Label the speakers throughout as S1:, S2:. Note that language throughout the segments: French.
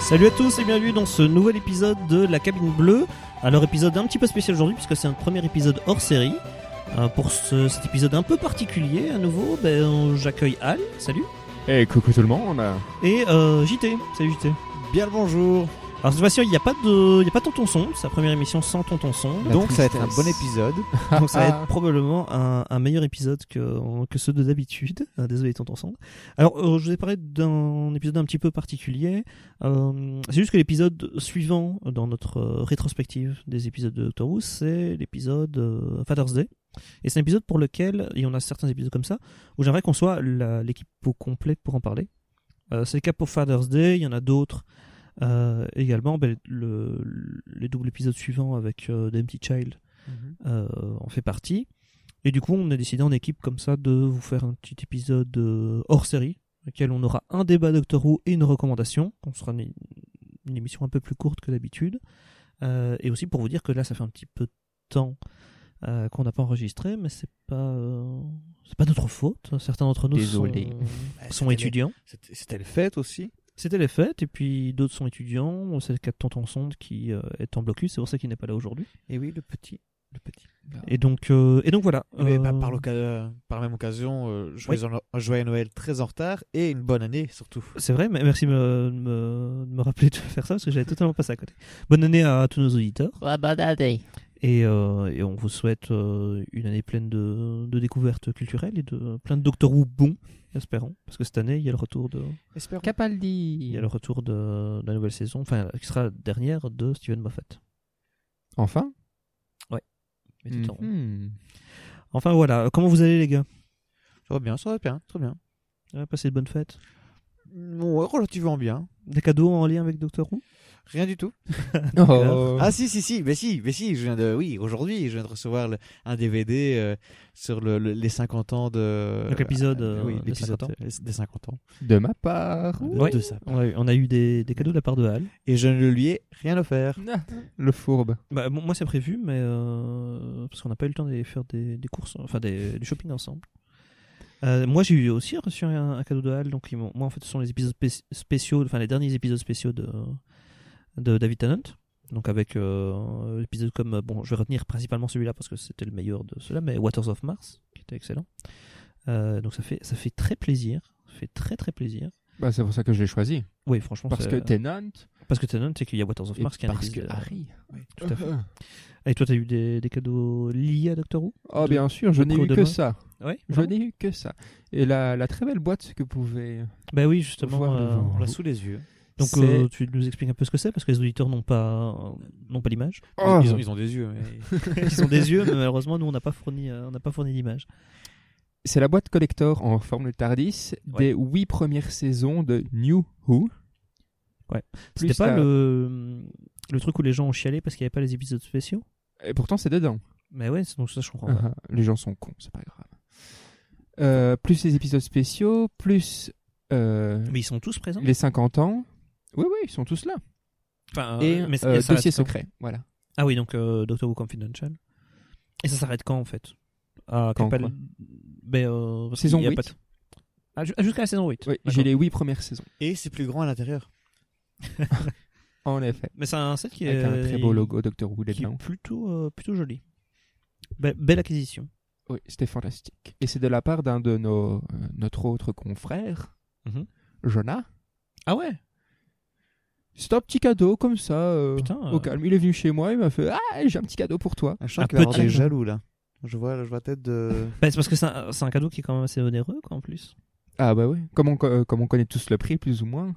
S1: Salut à tous et bienvenue dans ce nouvel épisode de La Cabine Bleue. Alors épisode un petit peu spécial aujourd'hui puisque c'est un premier épisode hors série. Euh, pour ce- cet épisode un peu particulier à nouveau, ben, j'accueille Al, salut,
S2: Eh, coucou tout le monde.
S1: et euh, JT, salut JT.
S3: Bien le bonjour.
S1: Alors cette fois-ci, il n'y a pas de, il y a pas Tonton Son, c'est la première émission sans Tonton Son,
S2: La
S3: Donc ça va être un
S2: tristesse.
S3: bon épisode.
S1: donc ça va être probablement un, un meilleur épisode que, que ceux de d'habitude. Euh, Désolé Tonton Son. Alors euh, je vous ai parlé d'un épisode un petit peu particulier. Euh, c'est juste que l'épisode suivant dans notre euh, rétrospective des épisodes de Doctor Who, c'est l'épisode euh, Father's Day. Et c'est un épisode pour lequel, et on a certains épisodes comme ça, où j'aimerais qu'on soit la- l'équipe au complet pour en parler. Euh, c'est le cas pour Father's Day, il y en a d'autres euh, également. Ben, le, le- les doubles épisodes suivants avec euh, The Empty Child
S2: Mhm.
S1: euh, en fait partie. Et du coup, on a décidé en équipe comme ça de vous faire un petit épisode euh, hors série, dans lequel on aura un débat Doctor Who et une recommandation. On sera une, une émission un peu plus courte que d'habitude. Euh, et aussi pour vous dire que là, ça fait un petit peu de temps euh, qu'on n'a pas enregistré, mais c'est pas euh, c'est pas notre faute. Certains d'entre nous sont-
S2: Désolé.
S1: sont étudiants.
S3: Bah, C'était c'était le fête aussi.
S1: C'était les fêtes, et puis d'autres sont étudiants. C'est le cas de Tonton Sonde qui euh, est en blocus, c'est pour ça qu'il n'est pas là aujourd'hui.
S3: Et Eh oui, le petit. Le petit.
S1: Et donc, euh, et donc voilà.
S3: Mais
S1: Euh,
S3: bah, par, l'oca- euh, par la même occasion, euh, joyeux, en- joyeux Noël très en retard et une bonne année surtout.
S1: C'est vrai, mais merci de me, de me, de me rappeler de faire ça parce que j'avais totalement passé à côté. Bonne année à tous nos auditeurs
S4: Bah,
S1: et, euh, et on vous souhaite euh, une année pleine de, de découvertes culturelles et de plein de Doctor Who bons, espérons, parce que cette année il y a le retour de
S3: Espérons.
S1: il
S4: Capaldi.
S1: y a le retour de, de la nouvelle saison, enfin qui sera la dernière de Steven Moffat.
S2: Enfin
S1: Mais tout en rond.
S2: Mhm.
S1: Enfin voilà, comment vous allez les gars
S3: Ça va bien, ça va bien, très bien. Mm,
S1: Vous avez Passé de bonnes fêtes
S3: Ouais, relativement bien.
S1: Des cadeaux en lien avec Doctor Who
S3: Rien du tout.
S2: Oh.
S3: Ah si si si, mais si, mais si, je viens de oui, aujourd'hui, je viens de recevoir le- un DVD euh, sur le, le- les 50 ans de
S1: Donc, l'épisode,
S3: euh, oui,
S1: euh, des
S3: l'épisode
S1: 50 ans.
S3: des 50 ans.
S2: De ma part.
S3: De-
S1: Ouais.
S3: de ça.
S1: On a eu, on a eu des, des cadeaux de la part de Hal.
S3: Et je ne lui ai rien offert.
S2: Le fourbe.
S1: Bah, bon, moi c'est prévu, mais euh, parce qu'on n'a pas eu le temps d'aller faire des, des courses, enfin des, du shopping ensemble. Euh, moi j'ai eu aussi reçu un, un cadeau de Hal, donc ils m'ont- moi en fait ce sont les épisodes spé- spéciaux, enfin les derniers épisodes spéciaux de, de David Tennant. Donc avec euh, épisodes comme, euh, bon je vais retenir principalement celui-là parce que c'était le meilleur de ceux-là, mais Waters of Mars, qui était excellent. Euh, donc ça fait, ça fait très plaisir, ça fait très très plaisir.
S2: Bah, c'est pour ça que je l'ai choisi.
S1: Oui franchement,
S2: Parce
S1: c'est-
S2: que Tenant.
S1: parce que Tennant, c'est qu'il y a Waters of
S2: et
S1: Mars qui est un
S2: parce que
S1: épisode-
S2: Harry.
S1: tout à fait.
S2: Ah.
S1: Et toi t'as eu des, des cadeaux liés à Doctor Who
S2: Oh, bien sûr, je
S1: de
S2: n'ai
S1: pro
S2: eu
S1: de
S2: que
S1: main.
S2: ça.
S1: Ouais.
S2: Je n'ai eu que ça. Et la, la très belle boîte que vous pouvez. euh,
S1: Bah oui, justement.
S2: Voir
S1: euh,
S2: devant.
S3: On l'a sous les yeux.
S1: donc
S2: C'est-
S1: euh, tu nous expliques un peu ce que c'est parce que les auditeurs n'ont pas euh, n'ont pas l'image.
S2: Oh.
S3: Ils, ont, ils ont des yeux. mais-
S1: Ils ont des yeux, mais malheureusement nous on n'a pas fourni euh, on n'a pas fourni d'image.
S2: C'est la boîte collector en forme de Tardis des huit premières saisons de New Who. Plus
S1: C'était pas
S2: la-
S1: le le truc où les gens ont chialé parce qu'il n'y avait pas les épisodes spéciaux.
S2: Et pourtant, c'est dedans.
S1: Mais ouais, c'est- donc ça je comprends. pas.
S2: Ah, Les gens sont cons, c'est pas grave. Euh, plus les épisodes spéciaux, plus euh,
S1: Mais ils sont tous présents.
S2: les 50 ans. Oui, oui, ils sont tous là.
S1: Enfin, euh,
S2: Et
S1: mais ça-
S2: euh,
S1: ça s'arrête
S2: dossier
S1: quand
S2: secret, voilà.
S1: Ah oui, donc euh, Doctor Who Confidential. Et ça s'arrête quand en fait Ah,
S2: Quand,
S1: Capel-
S2: quoi
S1: Ben, euh, parce
S2: Saison
S1: qu'il y a
S2: 8.
S1: pas de- Ah, ju- ah, jusqu'à la saison 8.
S2: Oui,
S1: D'accord.
S2: j'ai les huit premières saisons.
S3: Et c'est plus grand à l'intérieur.
S2: En effet.
S1: Mais c'est un set qui est
S2: Avec un très beau logo Doctor Who
S1: Euh, qui est
S2: dedans.
S1: plutôt euh, plutôt joli. Be- belle acquisition.
S2: Oui, c'était fantastique. Et c'est de la part d'un de nos euh, notre autre confrère,
S1: Mhm.
S2: Jonah.
S1: Ah ouais.
S2: C'est un petit cadeau comme ça, euh,
S1: Putain, euh.
S2: au calme. Il est venu chez moi, il m'a fait Ah, j'ai un petit cadeau pour toi.
S3: Ah, je sens
S1: Un
S3: qu'il va y avoir
S1: petit-
S3: des jaloux là. Je vois, je vois la tête de.
S1: Bah, c'est parce que c'est un, c'est un cadeau qui est quand même assez onéreux, quoi, en plus.
S2: Ah, bah oui. Comme on, co- euh, comme on connaît tous le prix, plus ou moins.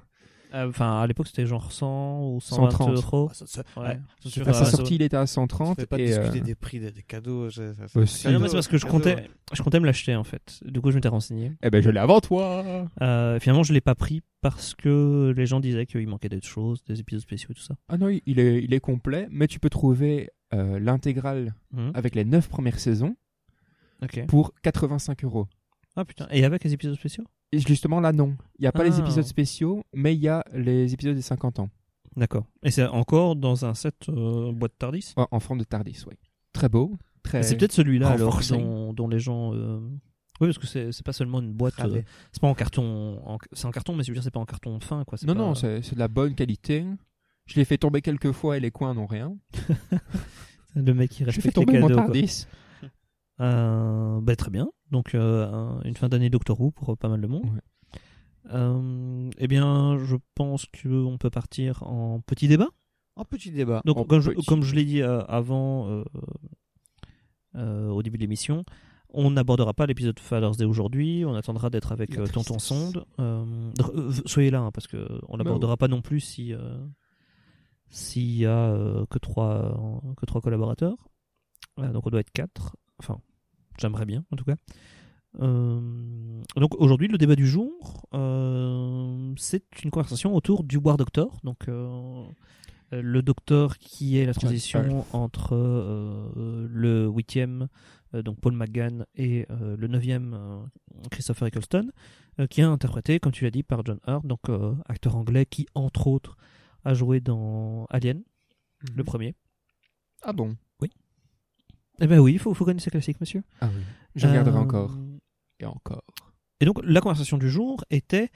S1: Euh, Enfin, à l'époque, c'était genre 100 ou 120
S2: 130.
S1: euros.
S3: Ah, ça, ça-
S1: Ouais.
S3: ouais.
S1: Sur,
S2: à sa
S1: euh,
S2: sortie, il était à
S3: On
S2: 130.
S3: fait pas
S2: et, euh,
S3: discuter des prix des, des cadeaux. je- ça- ça-
S2: bah, si.
S1: Ah non, mais c'est parce que je
S3: Cadeau,
S1: comptais,
S3: ouais.
S1: je comptais me l'acheter, en fait. Du coup, je m'étais renseigné.
S2: Eh ben, je l'ai avant toi
S1: Euh, finalement, je l'ai pas pris parce que les gens disaient qu'il manquait d'autres choses, des épisodes spéciaux et tout ça.
S2: Ah non, il- il est, il est complet, mais tu peux trouver euh, l'intégrale
S1: Mhm.
S2: avec les 9 premières saisons
S1: Ok.
S2: pour 85 euros.
S1: Ah putain. Et avec les épisodes spéciaux
S2: Et justement, là, non. Il n'y a pas les
S1: Ah.
S2: épisodes spéciaux, mais il y a les épisodes des 50 ans.
S1: D'accord. Et c'est encore dans un set euh, boîte Tardis
S2: Oh, En, en forme de Tardis, oui. Très beau. Très...
S1: Ah, C'est peut-être celui-là, alors,
S2: renforcé.
S1: dont, dont les gens euh, Oui, parce que c'est c'est pas seulement une boîte. euh, c'est pas en carton. en- C'est en carton, mais je veux dire, c'est pas en carton fin, quoi. c'est
S2: Non,
S1: pas-
S2: non, c'est c'est de la bonne qualité. Je l'ai fait tomber quelques fois et les coins n'ont rien.
S1: Le mec qui
S2: J'ai fait
S1: respecte les
S2: tomber mon
S1: cadeaux. quoi.
S2: Tardis.
S1: Euh, bah, très bien. Donc, euh, un- une fin d'année Doctor Who pour euh, pas mal de monde.
S2: Ouais.
S1: Euh, eh bien, je pense qu'on peut partir en petit débat.
S3: Un petit débat.
S1: Donc,
S2: En
S1: comme je,
S2: petit.
S1: comme je l'ai dit euh, avant, euh, euh, au début de l'émission, on n'abordera pas l'épisode Father's Day aujourd'hui. On attendra d'être avec
S2: La
S1: euh, Tonton
S2: tristesse.
S1: Sonde. Euh, euh, soyez là, hein, parce que on l'abordera pas non plus si euh, s'il y a euh, que trois euh, que trois collaborateurs. Voilà, donc on doit être quatre. Enfin, j'aimerais bien, en tout cas. Euh, donc aujourd'hui, le débat du jour, euh, c'est une conversation autour du War Doctor, donc euh, euh, le docteur qui est la transition entre euh, le huitième, euh, donc Paul McGann, et euh, le neuvième, euh, Christopher Eccleston, euh, qui est interprété, comme tu l'as dit, par John Hurt, donc euh, acteur anglais qui, entre autres, a joué dans Alien,
S2: Mm.
S1: le premier.
S2: Ah bon
S1: Eh ben oui, il faut, faut connaître ce classique, monsieur.
S2: Ah oui. Je regarderai
S1: Euh,
S2: encore et encore.
S1: Et donc la conversation du jour était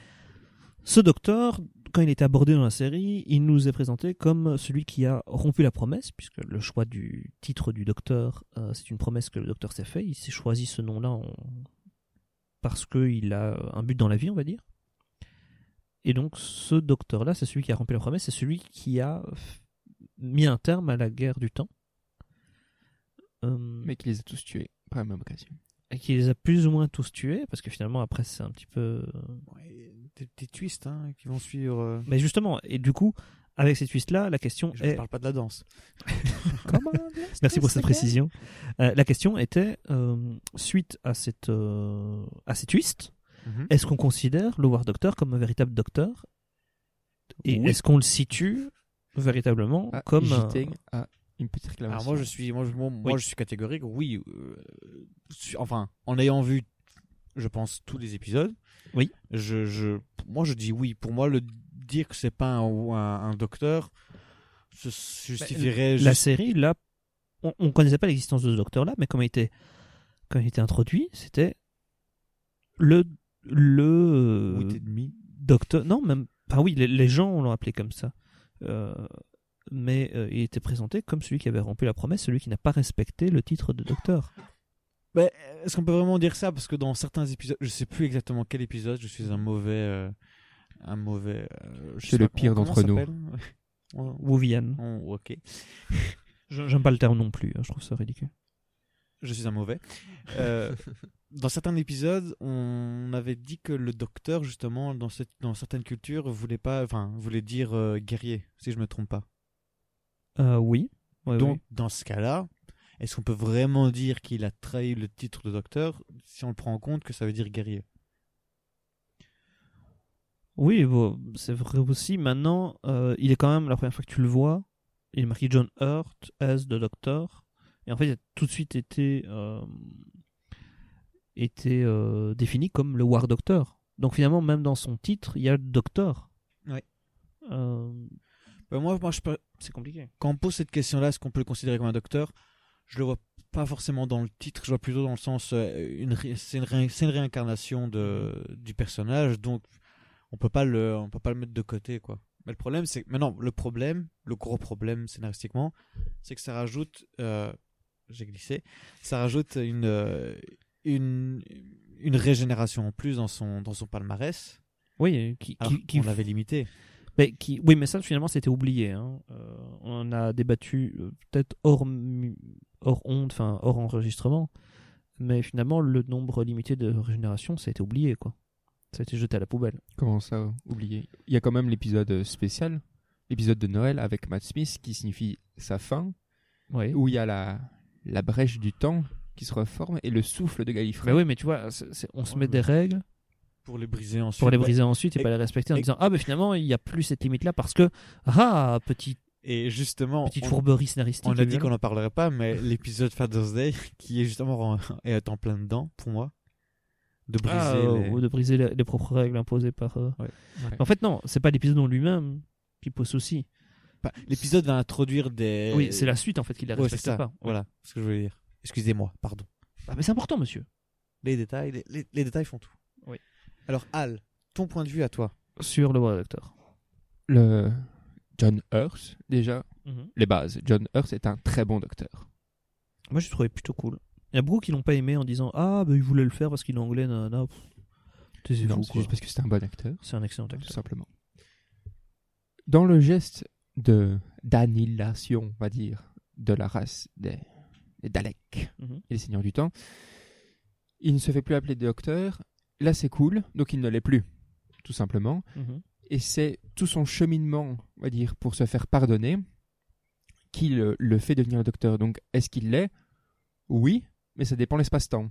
S1: ce docteur, quand il était abordé dans la série, il nous est présenté comme celui qui a rompu la promesse, puisque le choix du titre du docteur, euh, c'est une promesse que le docteur s'est fait. Il s'est choisi ce nom-là en- parce qu'il a un but dans la vie, on va dire. Et donc ce docteur-là, c'est celui qui a rompu la promesse, c'est celui qui a f- mis un terme à la guerre du temps. Euh,
S2: Mais qui les a tous tués par la même occasion.
S1: et qui les a plus ou moins tous tués, parce que finalement après c'est un petit peu...
S3: Ouais, Des petits twists hein, qui vont suivre. euh,
S1: Mais justement, et du coup, avec ces twists-là, la question
S3: Je ne
S1: est...
S3: parle pas de la danse.
S1: Merci pour cette précision. Euh, la question était, euh, suite à, cette, euh, à ces twists,
S3: Mhm.
S1: est-ce qu'on considère le War Doctor comme un véritable docteur Et
S2: Oui.
S1: est-ce qu'on le situe véritablement
S2: Ah,
S1: comme... un-
S2: JT a une petite réclamation.
S3: Alors moi je suis, moi, je- moi, moi,
S1: Oui.
S3: je suis catégorique. Oui, euh, su- enfin en ayant vu, je pense tous les épisodes.
S1: Oui.
S3: Je, je, moi je dis oui. Pour moi le dire que c'est pas un, un, un docteur se justifierait.
S1: Bah, la
S3: juste-
S1: série, là, on ne connaissait pas l'existence de ce docteur-là, mais comme il était, quand il était introduit, c'était le... le
S3: Huit et demi.
S1: Docteur, non, même. Enfin, oui, les, les gens l'ont appelé comme ça. Euh, mais euh, il était présenté comme celui qui avait rompu la promesse, celui qui n'a pas respecté le titre de docteur.
S3: Ben, Est-ce qu'on peut vraiment dire ça Parce que dans certains épisodes, je sais plus exactement quel épisode, je suis un mauvais. euh, un mauvais. euh, je
S2: C'est
S3: sais
S2: le
S3: pas-
S2: pire
S3: comment
S2: d'entre
S3: ça
S2: nous.
S3: s'appelle On-
S1: Wuvian.
S3: on- ok.
S1: Je- J'aime pas le terme non plus, hein, je trouve ça ridicule.
S3: Je suis un mauvais. Euh, dans certains épisodes, on avait dit que le docteur, justement, dans, cette, dans certaines cultures, voulait pas, enfin, voulait dire euh, guerrier, si je me trompe pas.
S1: Euh, oui.
S2: Ah
S1: Ouais,
S3: Donc,
S1: oui.
S3: dans ce cas-là, est-ce qu'on peut vraiment dire qu'il a trahi le titre de docteur si on le prend en compte que ça veut dire guerrier
S1: Oui, bon, c'est vrai aussi. Maintenant, euh, il est quand même, la première fois que tu le vois, il est marqué John Hurt as the Doctor. Et en fait, il a tout de suite été, euh, été euh, défini comme le War Doctor. Donc finalement, même dans son titre, il y a Doctor.
S3: Ouais.
S1: Euh,
S3: Ben, Moi, moi je, peux-
S1: c'est compliqué.
S3: quand on pose cette question-là, est-ce qu'on peut le considérer comme un docteur Je le vois pas forcément dans le titre, je le vois plutôt dans le sens euh, une ré- c'est une, ré- c'est une réincarnation de, du personnage, donc on peut pas le on peut pas le mettre de côté quoi. Mais le problème c'est maintenant le problème, le gros problème scénaristiquement, c'est que ça rajoute euh, j'ai glissé, ça rajoute une euh, une une régénération en plus dans son dans son palmarès.
S1: Oui, qui,
S3: Alors,
S1: qui, qui-
S3: on l'avait limité.
S1: mais qui- oui, mais ça, finalement, c'était oublié. hein. Euh, on en a débattu euh, peut-être hors, mu- hors onde, enfin hors enregistrement, mais finalement, le nombre limité de régénérations, ça a été oublié, quoi. Ça a été jeté à la poubelle.
S2: Comment ça, oublié Il y a quand même l'épisode euh, spécial, l'épisode de Noël avec Matt Smith qui signifie sa fin,
S1: Oui.
S2: où il y a la, la brèche du temps qui se reforme et le souffle de
S1: Mais
S2: Gallifrey.
S1: oui, mais tu vois, c'est- c'est- on se
S3: Ouais,
S1: met
S3: mais-
S1: des règles
S3: Pour les briser ensuite.
S1: pour les briser ensuite et
S3: Et-
S1: pas les respecter en
S3: et-
S1: disant ah, mais finalement, il n'y a plus cette limite-là parce que ah, petit,
S3: Et justement,
S1: petite
S3: on-
S1: fourberie scénaristique.
S3: On a dit
S1: évidemment.
S3: qu'on n'en parlerait pas, mais l'épisode Father's Day, qui est justement en, est en plein dedans, pour moi, de briser.
S1: Ah, euh,
S3: les-
S1: ou de briser les, les propres règles imposées par. euh,
S3: Ouais.
S2: Ouais.
S1: En fait, non, c'est pas l'épisode en lui-même qui pose souci.
S3: Pas- L'épisode va introduire des.
S1: Oui, c'est la suite en fait qui la
S3: Ouais, c'est
S1: respecte
S3: ça.
S1: pas.
S3: Voilà, ce que je voulais dire. Excusez-moi, pardon.
S1: Ah, mais c'est important, monsieur.
S3: les détails, les, les- les détails font tout.
S1: Oui.
S3: Alors, Al, ton point de vue à toi
S1: sur le bon docteur.
S2: Le John Hurt, déjà,
S1: Mhm.
S2: les bases. John Hurt est un très bon docteur.
S1: Moi, j'ai trouvé plutôt cool. Il y a beaucoup qui l'ont pas aimé en disant Ah, bah, il voulait le faire parce qu'il est anglais, nanana. Pff, t'es
S2: Non,
S1: fou,
S2: c'est
S1: quoi.
S2: juste parce que c'est un bon acteur.
S1: C'est un excellent
S2: Tout
S1: acteur.
S2: simplement. Dans le geste de d'annihilation, on va dire, de la race des, des Daleks
S1: Mhm.
S2: et des Seigneurs du Temps, il ne se fait plus appeler docteur. Là, c'est cool, donc il ne l'est plus, tout simplement.
S1: Mhm.
S2: Et c'est tout son cheminement, on va dire, pour se faire pardonner, qui le, le fait devenir docteur. Donc, est-ce qu'il l'est Oui, mais ça dépend l'espace-temps,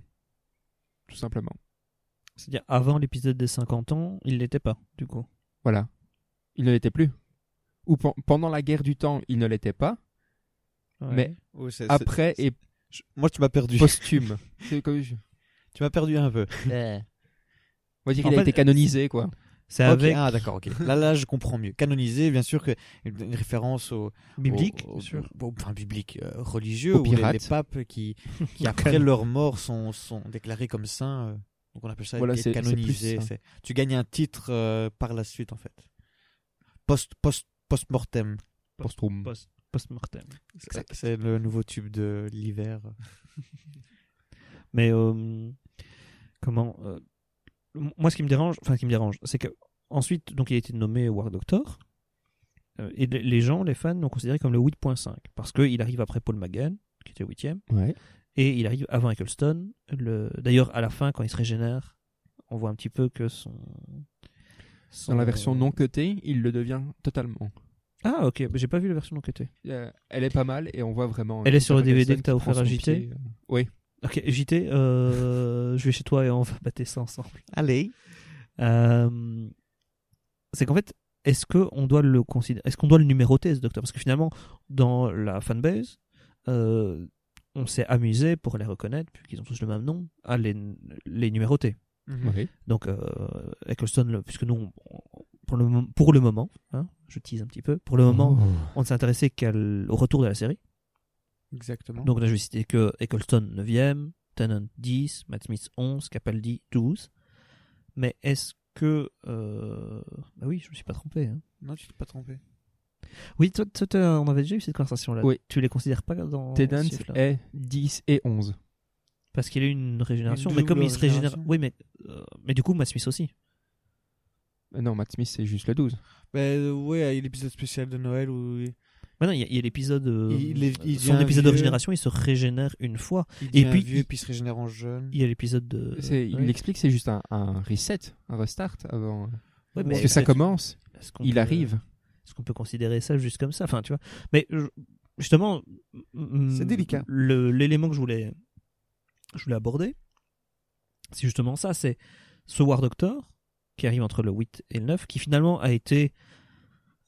S2: tout simplement.
S1: C'est-à-dire, avant l'épisode des 50 ans, il l'était pas, du coup.
S2: Voilà. Il ne l'était plus. Ou pen- pendant la guerre du temps, il ne l'était pas.
S1: Ouais.
S2: Mais Après et
S3: Je- Moi, tu m'as perdu.
S2: posthume. C'est comme je-
S3: Tu m'as perdu un peu.
S2: On va dire
S1: En
S2: qu'il a
S1: fait,
S2: été canonisé, quoi.
S1: c'est
S3: Ok,
S1: avec
S2: hein.
S3: Ah, d'accord, ok. Là, là, je comprends mieux. Canonisé, bien sûr, que une référence au,
S1: biblique,
S3: au-
S1: bien
S3: au-
S1: sûr.
S3: au- enfin, biblique euh, religieux,
S2: Aux
S3: où les- les,
S2: pirates.
S3: papes qui, qui
S1: Au
S3: après
S1: canon.
S3: leur mort sont, sont déclarés comme saints. euh, donc on appelle ça
S2: Voilà,
S3: être
S2: c'est- c'est plus
S3: canonisé.
S2: ça.
S3: c'est- Tu gagnes un titre euh, par la suite en fait. Post post post mortem.
S2: Posthume.
S1: Post- Post-mortem.
S3: C'est c'est le nouveau tube de l'hiver.
S1: Mais euh, comment euh, m- Moi, ce qui me dérange, enfin, qui me dérange, c'est que ensuite, donc, il a été nommé War Doctor. euh, et les- les gens, les fans, l'ont considéré comme le 8.5 parce qu'il arrive après Paul McGann, qui était 8
S2: Ouais.
S1: et il arrive avant Eccleston. Le... D'ailleurs, à la fin, quand il se régénère, on voit un petit peu que son. son- euh,
S2: Dans la version non cotée, il le devient totalement.
S1: Ah, ok, mais j'ai pas vu la version non cutée.
S2: Euh, elle est pas mal et on voit vraiment.
S1: Elle est sur le
S2: Christopher
S1: DVD
S2: Eccleston
S1: que t'as
S2: qui prend
S1: offert à
S2: son
S1: JT?
S2: pied, euh, Oui.
S1: Ok, JT, euh, je vais chez toi et on va battre ça ensemble.
S3: Allez.
S1: Euh, c'est qu'en fait, est-ce que on doit le considérer, est-ce qu'on doit le numéroter ce docteur Parce que finalement, dans la fanbase, euh, on s'est amusé pour les reconnaître, puisqu'ils ont tous le même nom, à les, les numéroter.
S3: Mhm.
S2: Oui.
S1: Donc euh, Eccleston, le- puisque nous, on- on- pour le, mom- pour le moment, hein, je tease un petit peu, pour le moment, on ne s'est intéressé qu'au retour de la série.
S3: Exactement.
S1: Donc là, je vais citer que Eccleston 9e, Tennant 10, Matt Smith 11, Capaldi 12. Mais est-ce que. euh, Bah oui, je me suis pas trompé. hein.
S3: non, tu t'es pas trompé.
S1: Oui, toi, toi, t'as- on avait déjà eu cette conversation là.
S2: Oui.
S1: Tu les considères pas dans. ce
S2: Tennant
S1: chiffre-là
S2: est 10 et 11.
S1: Parce qu'il a eu une régénération.
S3: Une
S1: mais comme
S3: double
S1: il se régénère.
S3: régénération.
S1: Oui, mais, euh, mais du coup, Matt Smith aussi.
S2: Euh, Non, Matt Smith, c'est juste le 12.
S3: Ben euh, ouais, euh, l'épisode spécial de Noël où il,
S1: Bah non, il y a, il y a l'épisode. euh,
S3: Il est- il
S1: son
S3: devient
S1: épisode de
S3: vieux.
S1: régénération, il se régénère une fois.
S3: il
S1: Et
S3: devient
S1: puis,
S3: vieux
S1: il-
S3: et puis il se régénère en jeune.
S1: Il y a l'épisode de.
S2: C'est- Il
S1: Ouais.
S2: explique que c'est juste un, un reset, un restart avant.
S1: Ouais,
S2: Parce
S1: mais
S2: que ça
S1: est-ce-
S2: commence,
S1: est-ce qu'on
S2: il
S1: peut-
S2: arrive.
S1: Est-ce qu'on peut considérer ça juste comme ça Enfin, tu vois. Mais je- justement, mm,
S3: C'est délicat.
S1: le- L'élément que je voulais, je voulais aborder, c'est justement ça. C'est ce War Doctor qui arrive entre le 8 et le 9, qui finalement a été,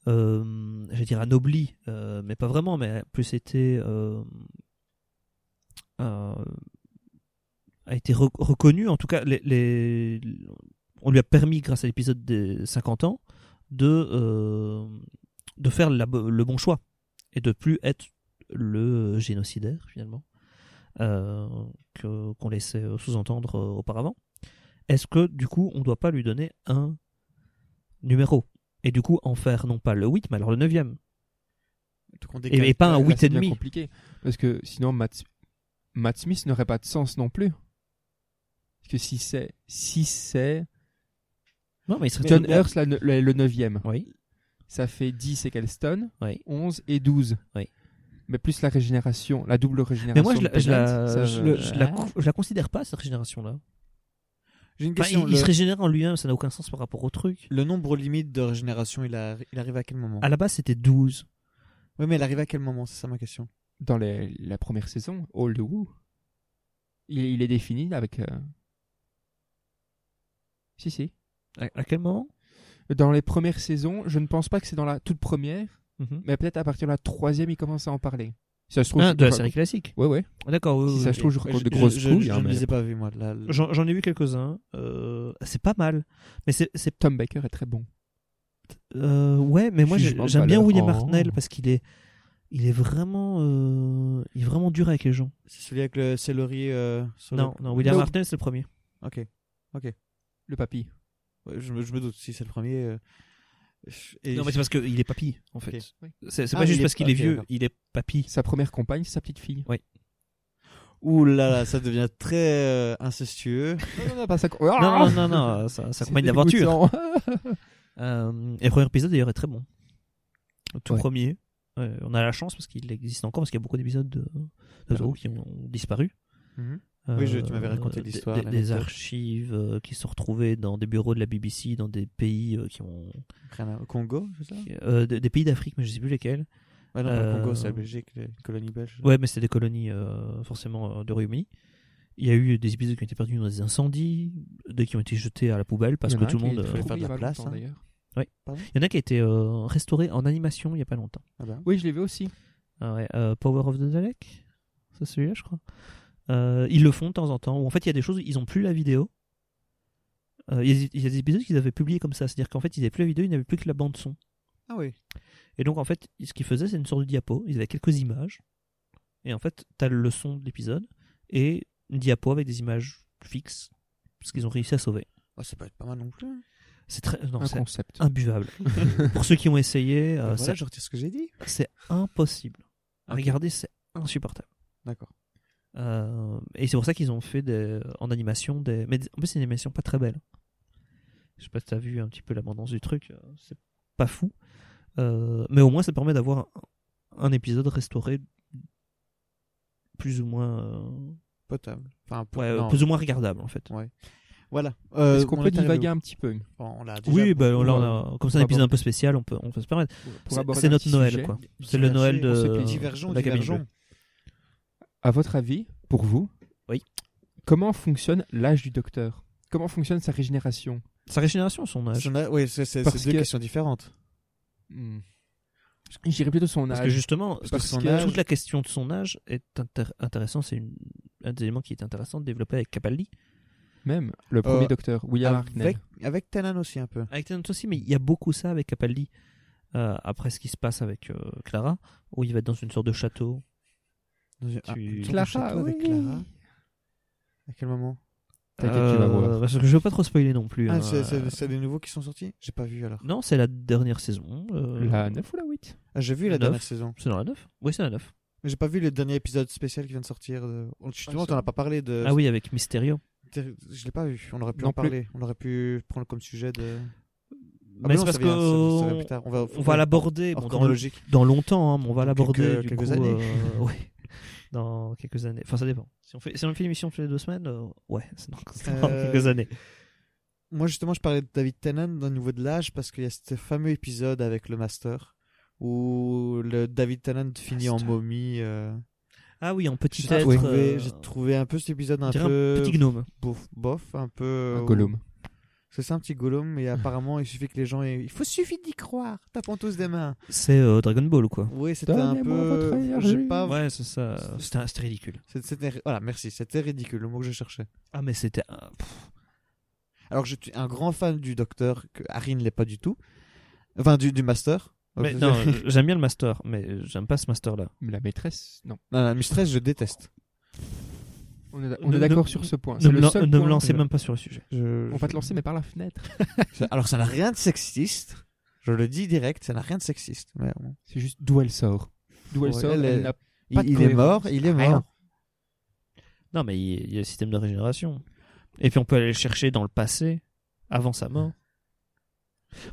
S1: euh, je vais dire, anobli, euh, mais pas vraiment, mais a plus été, euh, euh, a été re- reconnu. En tout cas, les- les- on lui a permis, grâce à l'épisode des 50 ans, de, euh, de faire la bo- le bon choix et de plus être le génocidaire finalement euh, que- qu'on laissait sous-entendre euh, auparavant. Est-ce que du coup on ne doit pas lui donner un numéro et du coup en faire non pas le 8 mais alors le 9e
S3: Donc, on décale.
S1: et, et pas un
S2: Là, c'est bien
S1: 8,5
S2: compliqué. Parce que sinon, Matt, Matt Smith n'aurait pas de sens non plus. Parce que si c'est. Si c'est.
S1: Non mais il serait
S2: John
S1: tout-
S2: Hurst, la ne- le, le neuvième.
S1: Oui,
S2: Ça fait 10 et Calston,
S1: oui.
S2: 11 et 12.
S1: Oui.
S2: Mais plus la régénération, la double
S1: Mais
S2: régénération.
S1: moi je la,
S2: de
S1: je la-
S2: Tennant, ça,
S1: je
S2: euh,
S1: le- je la cou- je la considère pas cette régénération là.
S3: J'ai une question.
S1: il,
S3: le...
S1: il se régénère en lui-même, ça n'a aucun sens par rapport au truc.
S3: le nombre limite de régénération, il, a- il arrive à quel moment
S1: À la base c'était 12.
S3: Oui, mais elle arrive à quel moment C'est ça ma question.
S2: Dans les- la première saison, Old Who, il, il est défini avec. euh, Si, si.
S1: À, à quel moment
S2: Dans les premières saisons, je ne pense pas que c'est dans la toute première,
S1: Mm-hmm.
S2: mais peut-être à partir de la troisième, il commence à en parler. Si ça se trouve,
S1: Ah,
S2: c'est-
S1: De la série classique.
S2: Ouais, ouais.
S1: D'accord. oui,
S2: Si
S1: oui,
S2: ça
S1: oui.
S2: se trouve, je raconte de
S3: Je-
S2: grosses
S3: je, je-
S2: couilles.
S3: je
S2: hein,
S3: ne
S2: mais
S3: les ai pas vus, moi. Là, le-
S1: J'en j'en ai vu quelques-uns. euh, c'est pas mal. Mais c'est. c'est-
S2: Tom Baker est très bon.
S1: euh, ouais, mais moi j'ai-
S2: Jugement de
S1: j'aime bien
S2: valeur.
S1: William
S2: Oh.
S1: Hartnell parce qu'il est. Il est vraiment. euh, il est vraiment dur avec les gens.
S3: C'est celui avec le céleri. euh, sur
S1: Non,
S3: le-
S1: non William
S2: Non.
S1: Hartnell c'est le premier.
S3: Ok.
S2: le papy.
S3: Ouais, je, me- je me doute si c'est le premier. euh, je- et
S1: Non, mais c'est parce qu'il est papy, en fait.
S3: Ok.
S2: Oui.
S1: C'est c'est
S3: Ah,
S1: pas
S3: il
S1: juste
S3: est-
S1: parce qu'il
S3: ok,
S1: est vieux,
S3: d'accord.
S1: il est papy.
S2: Sa première compagne, sa petite fille.
S3: Ouh là là, ça devient très euh, incestueux.
S2: Non, non, non, pas sa. co-
S1: Non,
S2: Ah
S1: non, non, non, ça, ça
S2: C'est
S1: accompagne l'aventure.
S2: dégoûtant.
S1: Euh, et le premier épisode d'ailleurs est très bon. Le tout
S2: Ouais.
S1: premier. Ouais, on a la chance parce qu'il existe encore, parce qu'il y a beaucoup d'épisodes de, de Zorro qui ont, ont disparu.
S2: Mhm.
S3: Oui, je- tu m'avais raconté
S1: euh, des-
S3: l'histoire,
S1: Des,
S3: la
S1: des
S3: méthode.
S1: archives euh, qui sont retrouvées dans des bureaux de la BBC, dans des pays euh, qui ont.
S3: Rien à- au Congo, c'est ça
S1: qui- euh, des, des pays d'Afrique, mais je sais plus lesquels.
S3: Ouais, non, pas le
S1: Euh,
S3: Congo, c'est la Belgique, les colonies belges.
S1: Ouais, mais c'était des colonies euh, forcément euh, du Royaume-Uni. Il y a eu des épisodes qui ont été perdus dans des incendies, des qui ont été jetés à la poubelle parce
S2: Il y en
S1: que
S2: a un
S1: tout le
S2: qui
S1: monde.
S2: est
S1: euh,
S2: trouvé
S3: faire de
S2: il y a
S3: la
S2: pas
S3: place,
S2: longtemps,
S3: hein.
S2: d'ailleurs.
S1: Il y en a qui a été euh, restauré en animation il y a pas longtemps.
S3: Ah ben.
S2: Oui, je l'ai vu aussi.
S1: Ah ouais, euh, Power of the Dalek C'est celui-là, je crois. Euh, ils le font de temps en temps. Ou en fait, il y a des choses, ils ont plus la vidéo. Euh, Il y, a- il y a des épisodes qu'ils avaient publiés comme ça. C'est-à-dire qu'en fait, ils n'avaient plus la vidéo, ils n'avaient plus que la bande-son.
S3: Ah oui.
S1: Et donc, en fait, ce qu'ils faisaient, c'est une sorte de diapo. Ils avaient quelques images. Et en fait, t'as le son de l'épisode et une diapo avec des images fixes. Parce qu'ils ont réussi à sauver.
S3: Ah, ça peut être pas mal non plus.
S1: C'est très. Non,
S2: un
S1: c'est
S2: concept.
S1: imbuvable. Pour ceux qui ont essayé, euh,
S3: Ben voilà,
S1: c'est-
S3: je retire ce que j'ai dit.
S1: c'est impossible.
S3: Ok.
S1: Regardez, c'est insupportable.
S3: D'accord.
S1: Euh, et c'est pour ça qu'ils ont fait des- en animation des. Mais en plus, c'est une animation pas très belle. Je sais pas si t'as vu un petit peu l'abondance du truc, euh, c'est pas fou. Euh, mais au moins, ça permet d'avoir un épisode restauré plus ou moins. euh,
S3: Potable. Enfin, pour...
S1: ouais,
S3: non.
S1: plus ou moins regardable en fait.
S3: Voilà. Euh,
S2: Est-ce qu'on
S3: on
S2: peut
S3: est arrivé
S2: divaguer un petit peu
S3: où Bon, on l'a déjà
S1: Oui, bah,
S3: beaucoup,
S1: là, on
S3: euh,
S1: a- comme c'est un
S2: pour
S1: épisode un peu spécial, on peut, on peut se permettre.
S2: pour- pour
S1: C'est-
S2: aborder
S1: C'est
S2: un
S1: notre
S2: petit
S1: Noël,
S2: sujet
S1: quoi. C'est le Noël de.
S3: on se
S2: euh,
S3: plaît. Divergent,
S1: la cabine
S3: divergent.
S1: bleue.
S2: À votre avis, pour vous,
S1: Oui.
S2: comment fonctionne l'âge du docteur Comment fonctionne sa régénération
S1: Sa régénération, son âge.
S3: Son âge- Oui, c'est c'est-
S2: Parce
S3: c'est deux
S2: que-
S3: questions différentes.
S2: J'irais Hmm. plutôt son
S1: Parce
S2: âge.
S1: que justement,
S3: Parce que
S1: parce
S3: son
S1: que
S3: âge-
S1: toute la question de son âge est intér- intéressant. C'est une- un des éléments qui est intéressant de développer avec Capaldi.
S2: Même le premier
S3: Euh,
S2: docteur, William Hartnell.
S3: Avec, avec Tanan aussi un peu.
S1: Avec Tennant aussi, mais il y a beaucoup ça avec Capaldi. euh, après ce qui se passe avec euh, Clara, où il va être dans une sorte de château.
S3: Dans une- ah,
S1: Tu-
S3: une sorte de
S2: Clara,
S3: château avec
S2: oui.
S3: Clara. À quel moment
S2: T'inquiète, tu vas voir.
S1: Euh, Parce que je veux pas trop spoiler non plus. hein.
S3: Ah, c'est- c'est c'est des nouveaux qui sont sortis J'ai pas vu alors.
S1: Non, c'est la dernière saison. euh,
S2: La 9 ou la 8
S3: Ah, j'ai vu
S1: Le
S3: la
S1: neuf.
S3: dernière saison.
S1: C'est dans la 9 Oui, c'est la 9.
S3: Mais j'ai pas vu le dernier épisode spécial qui vient de sortir. de- Oh, Justement,
S2: Ah, ça-
S3: t'en as pas parlé de.
S1: Ah oui, avec Mysterio.
S3: Je l'ai pas vu. On aurait pu
S2: Non
S3: en
S2: plus.
S3: parler. On aurait pu prendre comme sujet de. Ah,
S1: mais
S3: non,
S1: c'est parce
S3: ça vient- ça- ça vient
S1: que.
S3: plus tard. On va,
S1: On va l'aborder
S3: hors
S1: bon, dans, le-
S3: chronologique.
S1: dans longtemps, hein, mais on va
S3: Dans
S1: l'aborder
S3: quelques-
S1: du
S3: quelques
S1: coup,
S3: années.
S1: euh, ouais, dans quelques années. Enfin, ça dépend. Si on fait, si on fait une émission toutes les deux semaines, euh, ouais, c'est dans, c'est dans
S3: Euh,
S1: quelques années.
S3: Moi, justement, je parlais de David Tennant au niveau de l'âge parce qu'il y a ce fameux épisode avec le Master où le David Tennant finit en
S2: Master.
S3: momie. euh,
S1: Ah oui, en petit
S3: J'ai
S1: être.
S3: trouvé,
S1: euh,
S3: j'ai trouvé un peu cet épisode
S1: on
S3: un
S1: dirait
S3: peu.
S1: petit gnome.
S3: bof, bof, un peu. euh,
S2: Un Gollum.
S3: C'est ça, un petit Gollum, et apparemment, il suffit que les gens. aient- Il faut suffit d'y croire. Tapons tous des mains.
S1: C'est euh, Dragon Ball ou quoi
S3: Oui, c'était un
S2: Donnez-moi votre
S3: peu.
S2: énergie.
S3: J'ai pas.
S1: Ouais, c'est ça. C'était c'était ridicule.
S3: C'est- C'était voilà, merci. C'était ridicule, le mot que je cherchais.
S1: Ah, mais c'était. un- pff,
S3: Alors, je suis un grand fan du docteur que Harry ne l'est pas du tout. Enfin, du, du master.
S1: mais
S3: Euh,
S1: non, j'aime bien le master, mais j'aime pas ce master-là.
S2: Mais La maîtresse Non.
S3: non, la mistress, je déteste.
S2: On est, on
S1: Ne-
S2: est d'accord
S1: ne-
S2: sur ce point.
S1: Ne,
S2: C'est
S1: me
S2: le
S1: lan-
S2: seul
S1: ne me
S2: point
S1: lancez
S2: que-
S1: même pas sur le sujet.
S3: Je-
S2: On va te lancer, mais par la fenêtre.
S3: je- Alors, ça n'a rien de sexiste. Je le dis direct, ça n'a rien de sexiste. Mais bon.
S2: C'est juste d'où elle sort. D'où elle
S3: Ouais,
S2: sort,
S3: elle
S2: elle,
S3: est-
S2: n'a
S3: il,
S2: Pas de
S3: il est
S2: cohérence.
S3: mort, il est
S2: Rien.
S3: mort.
S1: Non, mais il y, a- il y a le système de régénération. Et puis on peut aller le chercher dans le passé, avant sa mort.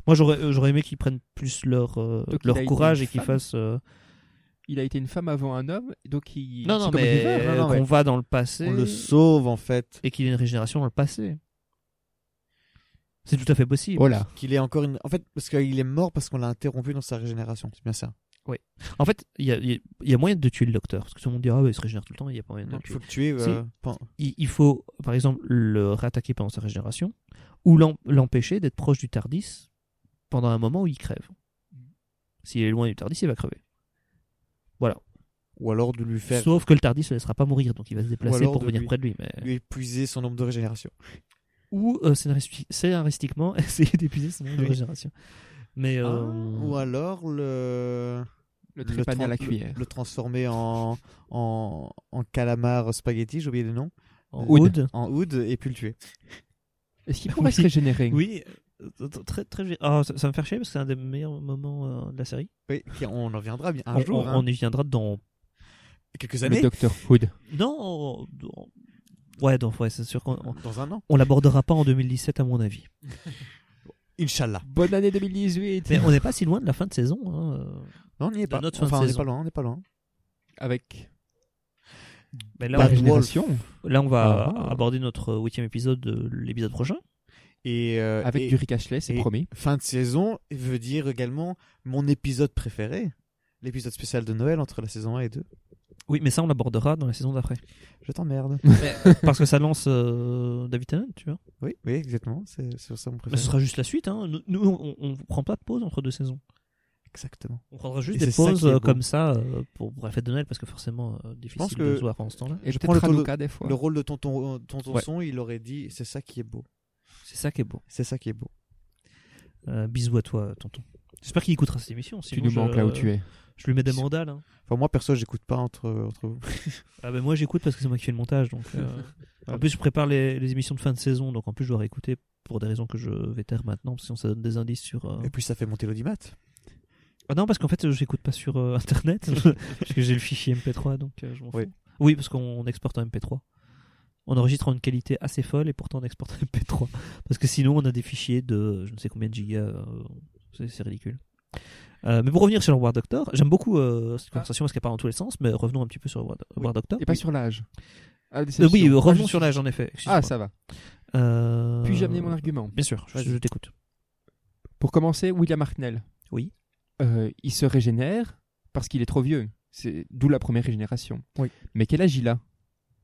S1: Moi, j'aurais euh, j'aurais aimé qu'ils prennent plus leur, euh,
S2: Donc, il a
S1: leur
S2: été
S1: courage
S2: une
S1: et qu'ils
S2: femme
S1: fassent. euh,
S2: il a été une femme avant un homme, donc il.
S1: Non,
S2: c'est
S1: non,
S2: comme
S1: mais
S2: River.
S3: non, non,
S1: qu'on
S3: mais-
S1: va dans le passé
S3: On le sauve, en fait.
S1: et qu'il y ait une régénération dans le passé. C'est tout à fait possible.
S2: Oh là.
S3: Qu'il est encore une. En fait, parce qu'il est mort parce qu'on l'a interrompu dans sa régénération. C'est bien ça.
S1: En fait, il y a, il y a- il y a moyen de tuer le docteur. Parce que tout le monde dit, ah ouais, il se régénère tout le temps, il n'y a pas moyen de le
S3: Donc,
S1: tuer.
S3: il faut le tuer.
S1: Si.
S3: euh, pen-
S1: il, il faut, par exemple, le réattaquer pendant sa régénération ou l'em- l'empêcher d'être proche du Tardis pendant un moment où il crève. S'il est loin du Tardis, il va crever.
S3: Ou alors de lui faire.
S1: Sauf que le Tardis ne laissera pas mourir, donc il va se déplacer
S3: alors
S1: pour
S3: de
S1: venir
S3: lui-
S1: près de lui. Mais...
S3: Lui épuiser son nombre de régénération.
S1: Ou euh, scénaristi- scénaristiquement, essayer d'épuiser son nombre de
S3: Oui.
S1: régénération. Mais euh,
S3: Ou alors le.
S2: Le trépané à la
S3: tran-
S2: cuillère.
S3: Le transformer en, en, en calamar spaghetti, j'ai oublié le nom.
S1: en
S2: Hood.
S1: Hood.
S3: en Hood et puis le tuer.
S2: Est-ce qu'il pourrait
S1: Oui.
S2: se régénérer
S1: Oui, euh, t- très très. gé- Ah, ça, ça me fait chier parce que c'est un des meilleurs moments euh, de la série.
S3: Oui, qui- on en viendra bien un
S1: on,
S3: jour,
S1: on-
S3: hein.
S1: on y viendra dans.
S3: quelques
S2: Le
S3: années.
S2: docteur Hood.
S1: Non. on- on- Ouais, donc ouais, c'est sûr qu'on on,
S3: Dans un an.
S1: on l'abordera pas en 2017 à mon avis.
S3: Inch'Allah.
S2: Bonne année 2018
S1: Mais on n'est pas si loin de la fin de saison. hein, euh.
S3: Non, on n'y est pas.
S1: notre fin de
S3: Enfin, on n'est
S1: saison.
S3: pas loin, on n'est pas loin.
S2: Avec
S1: Mais là,
S2: la
S3: Bad
S1: on,
S2: régénération,
S1: là, on va
S2: Ah.
S1: aborder notre huitième épisode de l'épisode prochain.
S3: Et, euh,
S2: avec
S3: et
S2: du Rick Ashley, c'est
S3: et-
S2: promis.
S3: fin de saison veut dire également mon épisode préféré, l'épisode spécial de Noël entre la saison 1 et 2.
S1: Oui, mais ça, on l'abordera dans la saison d'après.
S3: Je t'emmerde.
S1: Parce que ça lance euh, David Tennant, tu vois.
S3: oui, oui, exactement. C'est c'est pour ça mon
S1: Mais
S3: préféré.
S1: ce sera juste la suite. Hein. Nous- Nous, on- on ne prend pas de pause entre deux saisons.
S3: Exactement.
S1: On prendra juste des
S3: Et c'est ça
S1: pauses
S3: qui est
S1: euh,
S3: beau.
S1: comme ça euh, pour, pour la fête de Noël parce que forcément euh, difficile de
S3: que-
S1: jouer pendant ce temps-là.
S2: Et
S3: je prends
S2: peut-être
S3: le taux de-
S2: Hanouka des fois.
S3: Le rôle de tonton, euh, tonton
S1: Ouais.
S3: son, il aurait dit c'est ça qui est beau.
S1: C'est ça qui est beau.
S3: C'est ça qui est beau.
S1: Euh, bisous à toi, tonton. J'espère qu'il écoutera cette émission.
S2: Tu
S1: sinon
S2: nous
S1: je-
S2: manques là où tu es.
S1: Je lui mets des
S3: Bisous.
S1: mandales. hein.
S3: Enfin, moi perso, j'écoute pas entre, entre vous.
S1: Ah ben moi j'écoute parce que c'est moi qui fais le montage. Donc, euh, en
S3: Ouais.
S1: plus je prépare les, les émissions de fin de saison, donc en plus je dois réécouter pour des raisons que je vais taire maintenant, parce que sinon ça donne des indices sur... euh,
S3: Et puis ça fait monter l'audimat.
S1: Ah non, parce qu'en fait, je n'écoute pas sur euh, Internet, parce que j'ai le fichier MP3, donc euh, je m'en fous.
S3: Oui.
S1: Oui, parce qu'on exporte en MP3. On enregistre en une qualité assez folle et pourtant on exporte en MP3. Parce que sinon, on a des fichiers de euh, je ne sais combien de gigas. euh, c'est c'est ridicule. Euh, mais pour revenir sur le War Doctor, j'aime beaucoup euh, cette conversation parce qu'elle part dans tous les sens, mais revenons un petit peu sur le War,
S2: Oui.
S1: War Doctor.
S2: Et pas sur l'âge. Ah,
S1: Euh,
S2: déception.
S1: oui, euh,
S2: Ah,
S1: revenons
S2: je-
S1: sur Euh, l'âge en effet.
S2: Ah, ça va. Puis-je amener mon
S1: argument
S2: argument
S1: Bien sûr, je,
S2: Vas-y.
S1: je t'écoute.
S2: Pour commencer, William Hartnell.
S1: Oui.
S2: Euh, il se régénère parce qu'il est trop vieux. C'est d'où la première régénération.
S3: Oui.
S2: Mais quel âge il a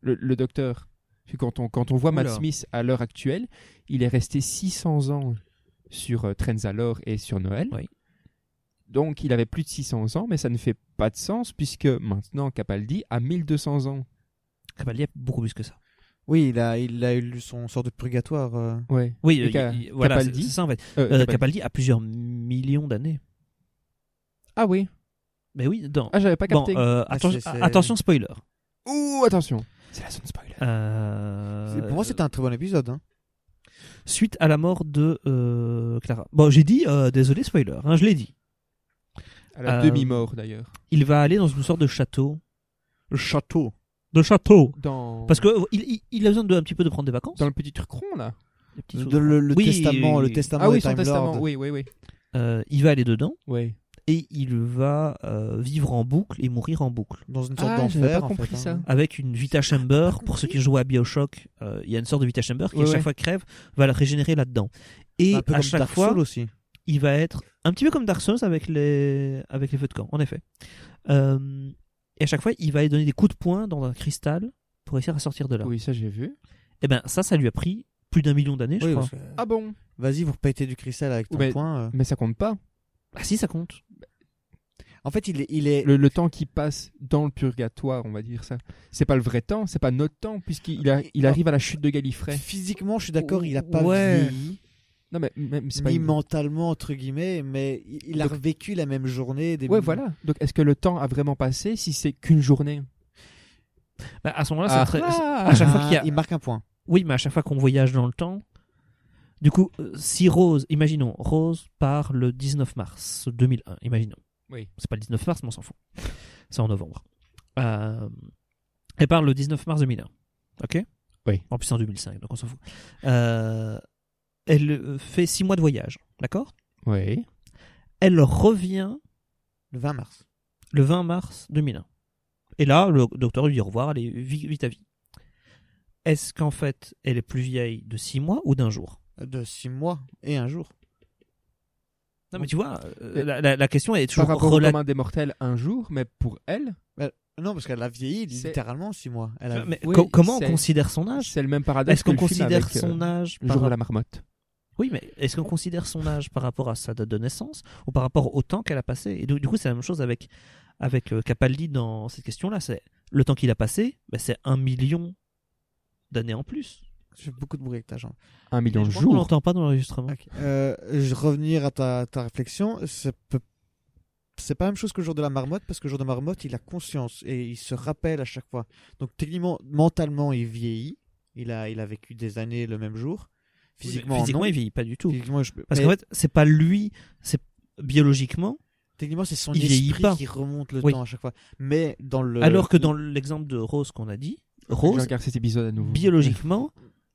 S2: le, le docteur Parce que quand on, quand on voit Matt
S3: Oula.
S2: Smith à l'heure actuelle, il est resté 600 ans sur euh, Trenzalore et sur Noël.
S1: Oui.
S2: Donc il avait plus de 600 ans, mais ça ne fait pas de sens puisque maintenant Capaldi a 1200 ans.
S1: Cavalier, beaucoup plus que ça.
S3: Oui, il a, il a eu son sort de purgatoire. euh.
S2: Ouais.
S1: Oui,
S2: Et
S1: euh, il-
S2: Ca-
S1: il- voilà, c'est
S2: Capaldi
S1: c'est ça en fait.
S2: Euh,
S1: Euh,
S2: Capaldi.
S1: Capaldi a plusieurs millions d'années.
S2: Ah oui.
S1: Mais oui, dans.
S2: Ah j'avais pas
S1: Bon,
S2: capté.
S1: euh,
S3: Ah,
S1: atten-
S3: c'est- c'est-
S1: attention spoiler.
S2: Ouh attention. C'est la zone spoiler.
S1: Euh,
S3: C'est- Pour moi, c'était un très bon épisode. hein.
S1: suite à la mort de euh, Clara. Bon, j'ai dit euh, désolé spoiler, hein, je l'ai dit.
S2: À la
S1: Euh,
S2: demi-mort d'ailleurs.
S1: Il va aller dans une sorte de château,
S3: Le château.
S1: de château,
S2: Dans...
S1: parce que euh, il, il- il a besoin de un petit peu de prendre des vacances.
S2: Dans le petit truc rond, là.
S1: Des petits
S3: De
S1: trucs.
S3: le, le
S1: Oui,
S3: testament,
S1: oui,
S3: le
S1: oui.
S3: testament.
S2: Ah oui,
S3: des
S2: son
S3: Time
S2: testament.
S3: Lords.
S2: Oui, oui, oui.
S1: Euh, il va aller dedans
S2: Ouais.
S1: et il va euh, vivre en boucle et mourir en boucle.
S3: Dans une sorte
S2: Ah, j'avais
S3: d'enfer.
S2: pas
S3: en fait,
S2: compris
S3: hein.
S2: ça.
S1: avec une Vita Chamber. Pour ceux qui jouent à Bioshock, euh, il y a une sorte de Vita Chamber qui,
S2: Ouais,
S1: à chaque
S2: ouais.
S1: fois qu'il crève, va la régénérer là-dedans. Et
S3: Bah, un peu
S1: à
S3: comme
S1: chaque
S3: Dark
S1: fois,
S3: Souls aussi.
S1: il va être un petit peu comme Dark Souls avec les, avec les feux de camp, en effet. Euh, et à chaque fois, il va lui donner des coups de poing dans un cristal pour réussir à sortir de là.
S2: Oui, ça j'ai vu.
S1: Et ben ça, ça lui a pris plus d'un million d'années, je
S3: Oui,
S1: crois.
S3: parce que-
S2: Ah bon
S3: Vas-y, vous pétez du cristal avec ton
S2: Mais-
S3: poing. euh.
S2: Mais ça compte pas.
S1: Ah si, ça compte.
S3: En fait, il est, il est
S2: Le, le temps qui passe dans le purgatoire, on va dire ça. C'est pas le vrai temps, c'est pas notre temps, puisqu'il a- il arrive à la chute de Gallifrey.
S3: physiquement, je suis d'accord, il a pas
S1: Ouais.
S3: vieilli,
S2: Non, mais même c'est pas.
S3: ni
S2: une-
S3: mentalement entre guillemets, mais il il a
S2: Donc-
S3: revécu la même journée. Des
S2: Ouais, voilà. Donc est-ce que le temps a vraiment passé si c'est qu'une journée
S1: Bah, à ce moment-là, c'est très...
S2: Ah
S1: à chaque fois qu'il y a-
S3: il marque un point.
S1: Oui, mais à chaque fois qu'on voyage dans le temps, du coup, euh, si Rose, imaginons, Rose part le 19 mars 2001, imaginons.
S2: Oui.
S1: C'est pas le 19 mars, mais on s'en fout. C'est en novembre. Euh, elle part le 19 mars 2001. Ok
S2: Oui.
S1: En plus, c'est en 2005, donc on s'en fout. Euh, elle euh, fait six mois de voyage, d'accord
S2: Oui.
S1: Elle revient
S3: Le 20 mars.
S1: le 20 mars 2001. Et là, le docteur lui dit au revoir, allez, vite, vite à vie. Est-ce qu'en fait, elle est plus vieille de six mois ou d'un jour
S3: euh, De 6 mois et un jour.
S1: Non, mais tu vois, euh,
S2: Mais-
S1: la, la- la question est toujours
S2: Par rapport au
S1: rela-
S2: commun des mortels un jour, mais pour elle,
S3: Non, parce qu'elle a vieilli
S2: C'est-
S3: littéralement 6 mois. Elle a-
S1: Mais
S2: Oui,
S1: co- comment on
S2: c'est-
S1: considère son âge
S2: c'est le même paradoxe.
S1: Ah, Est-ce qu'on
S2: que le film
S1: considère
S2: avec, euh,
S1: son âge
S2: Le
S1: par
S2: jour
S1: rapport...
S2: de la marmotte.
S1: Oui, mais est-ce qu'on considère son âge par rapport à sa date de naissance ou par rapport au temps qu'elle a passé Et donc, du coup, c'est la même chose avec, avec euh, Capaldi dans cette question-là. C'est le temps qu'il a passé, ben, c'est un million d'années en plus.
S3: J'ai beaucoup de bruit avec ta jambe.
S2: Un million de
S1: je crois qu'on
S2: jours.
S1: l'entend pas dans
S2: Ah,
S1: l'enregistrement.
S3: Ok. Euh, je revenir à ta, ta réflexion, c'est peu- c'est pas la même chose que le jour de la marmotte parce que le jour de la marmotte, il a conscience et il se rappelle à chaque fois. Donc techniquement, mentalement, il vieillit, il a, il a vécu des années le même jour. Physiquement,
S1: physiquement
S3: non.
S1: il vieillit pas du tout.
S3: Physiquement, je-
S1: Parce
S3: mais
S1: qu'en fait, c'est pas lui, c'est biologiquement,
S3: techniquement, c'est son
S1: il vieillit
S3: esprit
S1: pas.
S3: qui remonte le
S1: Oui.
S3: temps à chaque fois. Mais dans le.
S1: alors que dans l'exemple de Rose qu'on a dit,
S2: Euh, Je
S1: Rose,
S2: regarde cet épisode à nouveau.
S1: biologiquement,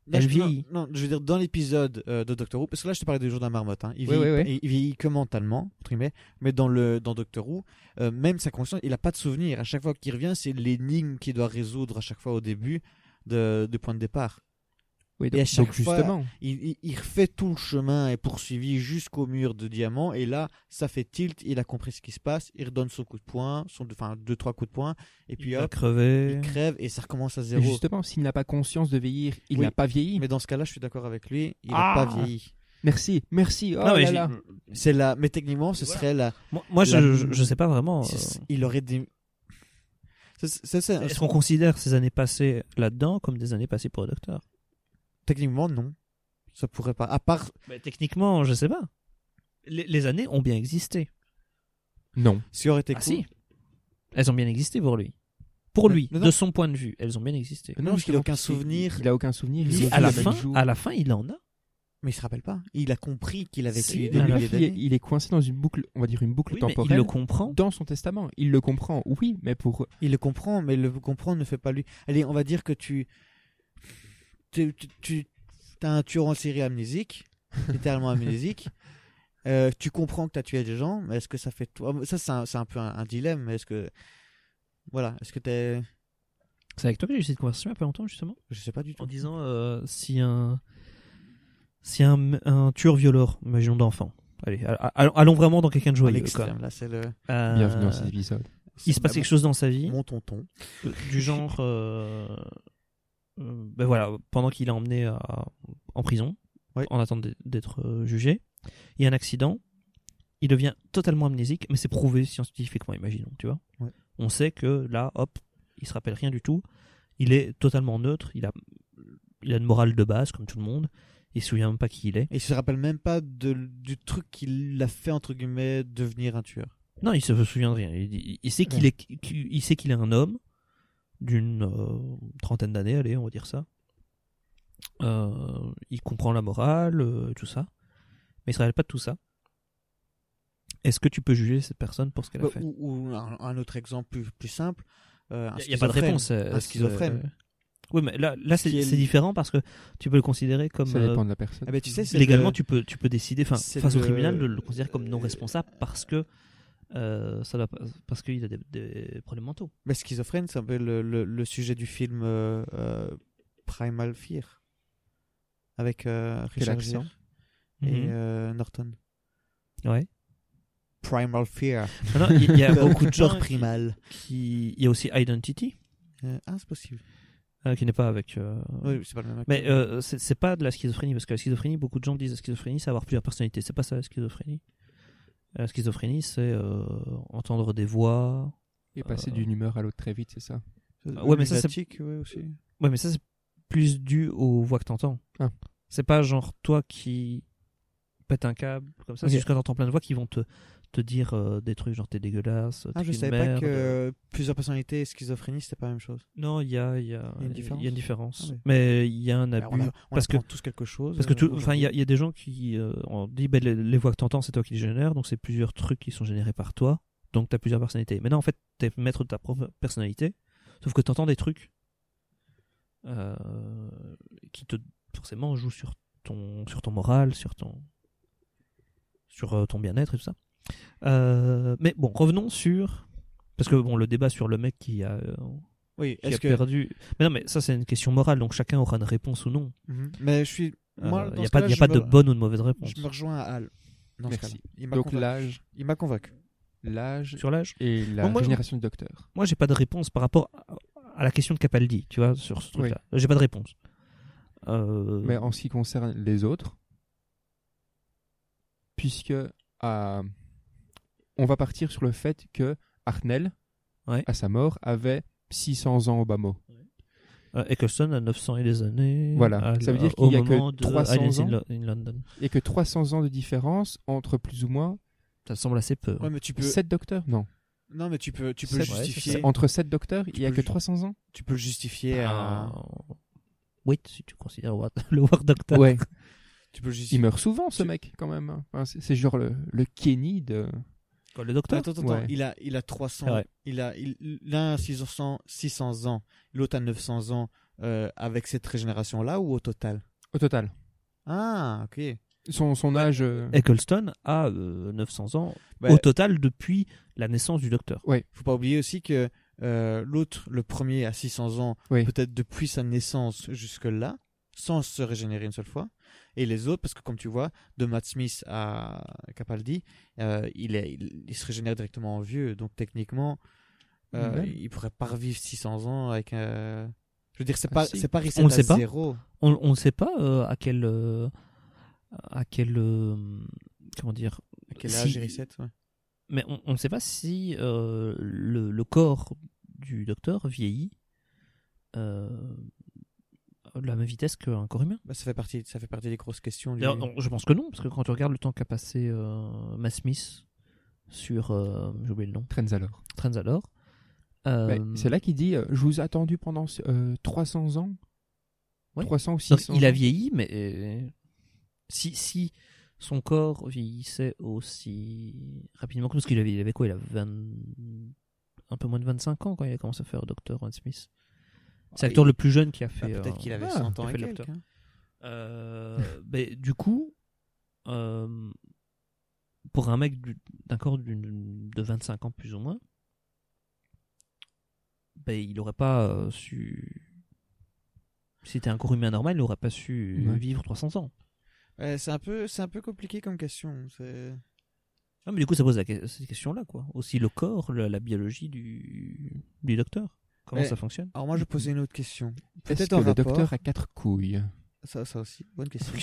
S3: Là,
S1: elle
S3: je- non,
S1: vieillit.
S3: Non, je veux dire, dans l'épisode euh, de Doctor Who, parce que là, je te parlais du jour de la marmotte. hein, il,
S2: Oui,
S3: vieillit,
S2: oui, oui.
S3: il- il vieillit que mentalement, entre guillemets, mais dans, le, dans Doctor Who, euh, même sa conscience, il n'a pas de souvenir. À chaque fois qu'il revient, c'est l'énigme qu'il doit résoudre à chaque fois au début de, du point de départ.
S2: Oui,
S3: Et à
S2: donc,
S3: chaque
S2: donc
S3: fois-
S2: justement,
S3: Il, il- il refait tout le chemin et poursuivi jusqu'au mur de diamant, et là, ça fait tilt, il a compris ce qui se passe, il redonne son coup de poing, son, enfin, deux, trois coups de poing, et puis
S1: il euh. va
S3: hop,
S1: crever.
S3: il crève, et ça recommence à
S2: mais
S3: zéro.
S2: justement, s'il n'a pas conscience de vieillir, il
S3: Oui.
S2: n'a pas vieilli.
S3: Mais dans ce cas-là, je suis d'accord avec lui, il n'a
S2: Ah.
S3: pas vieilli.
S2: Merci, merci. Oh
S1: Non, mais
S2: là
S1: j'ai-
S2: là.
S3: C'est la, mais techniquement, ce
S1: Voilà.
S3: serait la.
S1: Moi, moi,
S3: La-
S1: je, je, je sais pas vraiment. euh,
S3: ce- Il aurait des. C'est- c'est- c'est-
S1: Est-ce qu'on considère ces années passées là-dedans comme des années passées pour le docteur
S3: Bah, Techniquement, non. Ça pourrait pas. À part,
S1: Mais Techniquement, je sais pas. Les, les années ont bien existé.
S2: Non.
S3: ce qui aurait été
S1: Ah
S3: cool.
S1: si Elles ont bien existé pour lui. Pour
S3: Mais-
S1: lui,
S3: mais non.
S1: de son point de vue, elles ont bien existé.
S3: Non, parce qu'il
S2: justement,
S3: a aucun
S2: parce qu'il-
S3: souvenir.
S2: Il a aucun souvenir. il
S1: Si,
S2: vit
S1: à, la
S2: le même
S1: fin,
S2: jour.
S1: à la fin, il en a.
S3: Mais il se rappelle pas. Il a compris qu'il a vécu
S1: Si,
S3: des
S1: à la
S3: milliers
S2: il, est,
S3: d'années.
S2: il est coincé dans une boucle, on va dire une boucle
S1: Oui, mais il
S2: temporelle.
S1: le comprend.
S2: dans son testament, il le comprend, oui, mais pour
S3: Il le comprend, mais le comprendre ne fait pas lui. Allez, on va dire que tu. Tu. tu, tu- t'as un tueur en série amnésique. littéralement amnésique. Euh, tu comprends que tu as tué des gens, mais est-ce que ça fait toi. Ça, c'est un, c'est un peu un, un dilemme, mais est-ce que. Voilà, est-ce que t'es.
S1: C'est avec toi que j'ai eu cette conversation il y a pas longtemps, justement.
S3: Je sais pas du tout.
S1: En disant euh, si un. Si un, un tueur violeur, imaginons d'enfant. Allez, a- a- allons allons vraiment dans quelqu'un de
S3: À
S1: joyeux. quoi.
S3: l'extrême, là, c'est le.
S1: Euh,
S2: bienvenue dans cet épisode.
S1: il se passe quelque chose dans sa vie.
S3: Mon tonton.
S1: Euh, du genre euh, euh, ben voilà pendant qu'il est emmené à- en prison
S3: Oui.
S1: en attente d'être- d'être euh, jugé il y a un accident il devient totalement amnésique mais c'est prouvé scientifiquement imaginons tu vois
S3: Ouais.
S1: on sait que là hop il se rappelle rien du tout il est totalement neutre il a il a une morale de base comme tout le monde il se souvient même pas qui il est
S3: Et il se rappelle même pas de- du truc qui l'a fait, entre guillemets, devenir un tueur.
S1: non il se souvient de rien il, il- il sait qu'il est qu'il- il sait qu'il est un homme d'une euh, trentaine d'années, allez, on va dire ça. Euh, il comprend la morale, euh, tout ça, mais il se rappelle pas de tout ça. Est-ce que tu peux juger cette personne pour ce qu'elle a
S3: Bah,
S1: fait
S3: ou ou un, un autre exemple plus, plus simple. euh, un
S1: Il n'y a pas de
S3: schizophrène.
S1: réponse. euh,
S3: Un
S1: c'est-
S3: schizophrène.
S1: Oui, mais là, là
S3: Ce qui
S1: c'est
S3: est-
S1: c'est différent parce que tu peux le considérer comme.
S2: Ça
S1: euh,
S2: dépend de la personne.
S3: Ah bah, tu sais, c'est
S1: légalement,
S3: le-
S1: tu peux, tu peux décider, enfin,
S3: c'est
S1: face au
S3: le-
S1: tribunal, de le considérer comme non responsable parce que. euh, ça doit pas- parce qu'il a des, des problèmes mentaux.
S3: bah, schizophrène, c'est un peu le, le- le sujet du film euh, euh, Primal Fear. Avec euh, Richard
S2: accent.
S3: Gere
S1: Mhm.
S3: et
S2: Mhm.
S3: euh, Norton.
S1: Ouais.
S3: Primal Fear.
S1: euh, Non, non, Il y, a beaucoup de gens
S3: Peur primal.
S1: qui. Il y a aussi Identity,
S3: Euh, ah, c'est possible.
S1: euh, qui n'est pas avec. euh,
S3: Oui, c'est pas le même. acteur.
S1: Mais euh, c'est c'est pas de la schizophrénie, parce que la schizophrénie, beaucoup de gens disent la schizophrénie, c'est avoir plusieurs personnalités. C'est pas ça la schizophrénie. La schizophrénie, c'est euh, entendre des voix.
S2: Et passer
S1: euh,
S2: d'une humeur à l'autre très vite, c'est ça.
S1: ouais, mais ça, c'est-
S3: Lunatique, ouais, aussi. Ah,
S1: Ouais, mais ça, c'est plus dû aux voix que t'entends.
S2: Ah.
S1: C'est pas genre toi qui pète un câble, comme ça.
S2: Ok.
S1: C'est juste quand t'entends plein de voix qui vont te, te dire euh, des trucs genre t'es dégueulasse.
S3: Ah,
S1: t'es
S3: je
S1: une
S3: savais
S1: merde.
S3: pas
S1: euh,
S3: que plusieurs personnalités et schizophrénie, c'était pas la même chose.
S1: Non, il y a, il y, a,
S3: Il y a une
S1: il y a une différence.
S3: Ah ouais.
S1: Mais il y a un abus.
S3: Alors, on a- on
S1: Euh, parce que-
S3: apprend tous quelque chose.
S1: Parce que
S3: euh,
S1: tout, enfin, il y, a-
S3: aujourd'hui.
S1: il y a des gens qui euh, on dit ben, les, les voix que t'entends, c'est toi qui les génères, donc c'est plusieurs trucs qui sont générés par toi, donc t'as plusieurs personnalités. Mais non, en fait, t'es maître de ta propre personnalité, sauf que t'entends des trucs euh, qui te forcément jouent sur ton sur ton moral, sur ton sur euh, ton bien-être et tout ça. Euh, mais bon, revenons sur parce que bon, le débat sur le mec qui a, euh,
S3: Oui,
S1: qui a
S3: est-ce que.
S1: perdu. Mais non, mais ça c'est une question morale, donc chacun aura une réponse ou non.
S3: Mhm. Mais je suis.
S1: Euh, Il
S3: Moi, dans
S1: n'y a
S3: ce
S1: pas,
S3: cas-là,
S1: y a
S3: je
S1: pas de
S3: me-
S1: bonne ou de mauvaise réponse.
S3: Je me rejoins à Al. Dans ce
S2: Merci.
S3: cas-là. Il m'a
S2: Donc
S3: convaincu.
S2: l'âge,
S3: Il m'a convaincu.
S2: l'âge
S1: Sur l'âge
S2: et la
S1: Bon, moi, je-
S2: génération du docteur.
S1: Moi, j'ai pas de réponse par rapport à- à la question de Capaldi, tu vois, sur ce truc-là. J'ai pas de réponse. Euh,
S2: Mais en ce qui concerne les autres, puisque euh, on va partir sur le fait que Hartnell,
S1: Ouais.
S2: à sa mort, avait 600 ans au bas mot.
S1: euh, Eccleston a 900 et des années.
S2: Voilà.
S1: à-
S2: Ça veut dire
S1: au
S2: qu'il y a que
S1: moment de
S2: 300
S1: Aliens in
S2: ans.
S1: Lo- in London.
S2: Et que 300 ans de différence entre plus ou moins
S1: Ça semble assez peu. hein.
S3: Ouais, mais tu peux.
S2: 7 docteurs Non.
S3: Non, mais tu peux, tu peux
S2: Sept-
S3: justifier.
S2: C'est Entre 7 docteurs, il n'y a
S3: peux
S2: que
S3: ju-
S2: 300 ans euh,
S3: tu peux le justifier.
S1: Ah,
S3: à-
S1: Wait, si tu considères War- le War Doctor.
S2: Ouais.
S3: Tu peux juste.
S2: Il meurt souvent, ce mec, quand même. hein. Enfin, c'est c'est genre le, le Kenny de.
S1: Quoi, le Docteur
S3: Attends, attends, attends,
S2: Ouais.
S3: il a, il a 300,
S1: C'est vrai.
S3: il a, il- l'un a 600, 600 ans, l'autre a 900 ans euh, avec cette régénération-là ou au total
S2: Au total.
S3: Ah, ok.
S2: Son, son âge. euh,
S1: Eccleston a euh, 900 ans
S3: Bah,
S1: au total depuis la naissance du Docteur.
S3: faut pas oublier aussi que euh, l'autre, le premier, à 600 ans,
S2: Oui.
S3: peut-être depuis sa naissance jusque-là, sans se régénérer une seule fois. Et les autres, parce que comme tu vois, de Matt Smith à Capaldi, euh, il, est, il, il se régénère directement en vieux. Donc techniquement, euh,
S2: Même.
S3: il pourrait pas revivre 600 ans avec. un... Je veux dire, c'est
S2: Ah,
S3: pas,
S2: si.
S3: c'est pas reset
S1: On le
S3: à
S1: sait pas.
S3: zéro.
S1: On on ne sait pas euh, à quel. euh, à quel. euh, comment dire
S3: À quel
S1: Si.
S3: âge il reset ouais.
S1: Mais on on ne sait pas si euh, le, le corps du docteur vieillit euh, à la même vitesse qu'un corps humain.
S3: Bah, ça, fait partie, ça fait partie des grosses questions. du-
S1: D'ailleurs, on- je pense que non, parce que quand tu regardes le temps qu'a passé euh, Matt Smith sur, euh, j'ai oublié le nom,
S2: Trenzalore.
S1: Trenzalore, euh,
S2: Ouais, c'est là qu'il dit euh, Je vous ai attendu pendant euh, 300 ans.
S1: Ouais.
S2: 300 ou
S1: donc
S2: 600.
S1: il a
S2: ans.
S1: vieilli, mais euh, si, si son corps vieillissait aussi rapidement que nous, parce qu'il avait, il avait quoi Il avait 20 un peu moins de 25 ans quand il a commencé à faire Docteur Matt Smith. C'est l'acteur le plus jeune qui a
S3: Bah,
S1: fait.
S3: peut-être
S1: euh,
S3: qu'il avait
S2: ah,
S3: 100
S1: il
S3: ans
S1: a
S3: et
S1: fait
S3: quelques,
S1: l'acteur.
S3: hein.
S1: Euh, ben, du coup, euh, pour un mec du- d'un corps d'une- de 25 ans plus ou moins, ben, il n'aurait pas euh, su. Si c'était un corps humain normal, il n'aurait pas su
S2: Ouais.
S1: vivre 300 ans.
S3: Ouais, c'est un peu, c'est un peu compliqué comme question. C'est...
S1: Ah, mais du coup, ça pose la que- cette question-là, quoi. Aussi le corps, la, la biologie du, du docteur. Comment
S3: Mais-
S1: ça fonctionne
S3: Alors moi, je posais une autre question.
S2: Est-ce
S3: Peut-être
S2: que
S3: en
S2: le
S3: rapport.
S2: docteur a quatre couilles
S3: Ça, ça aussi. Bonne question.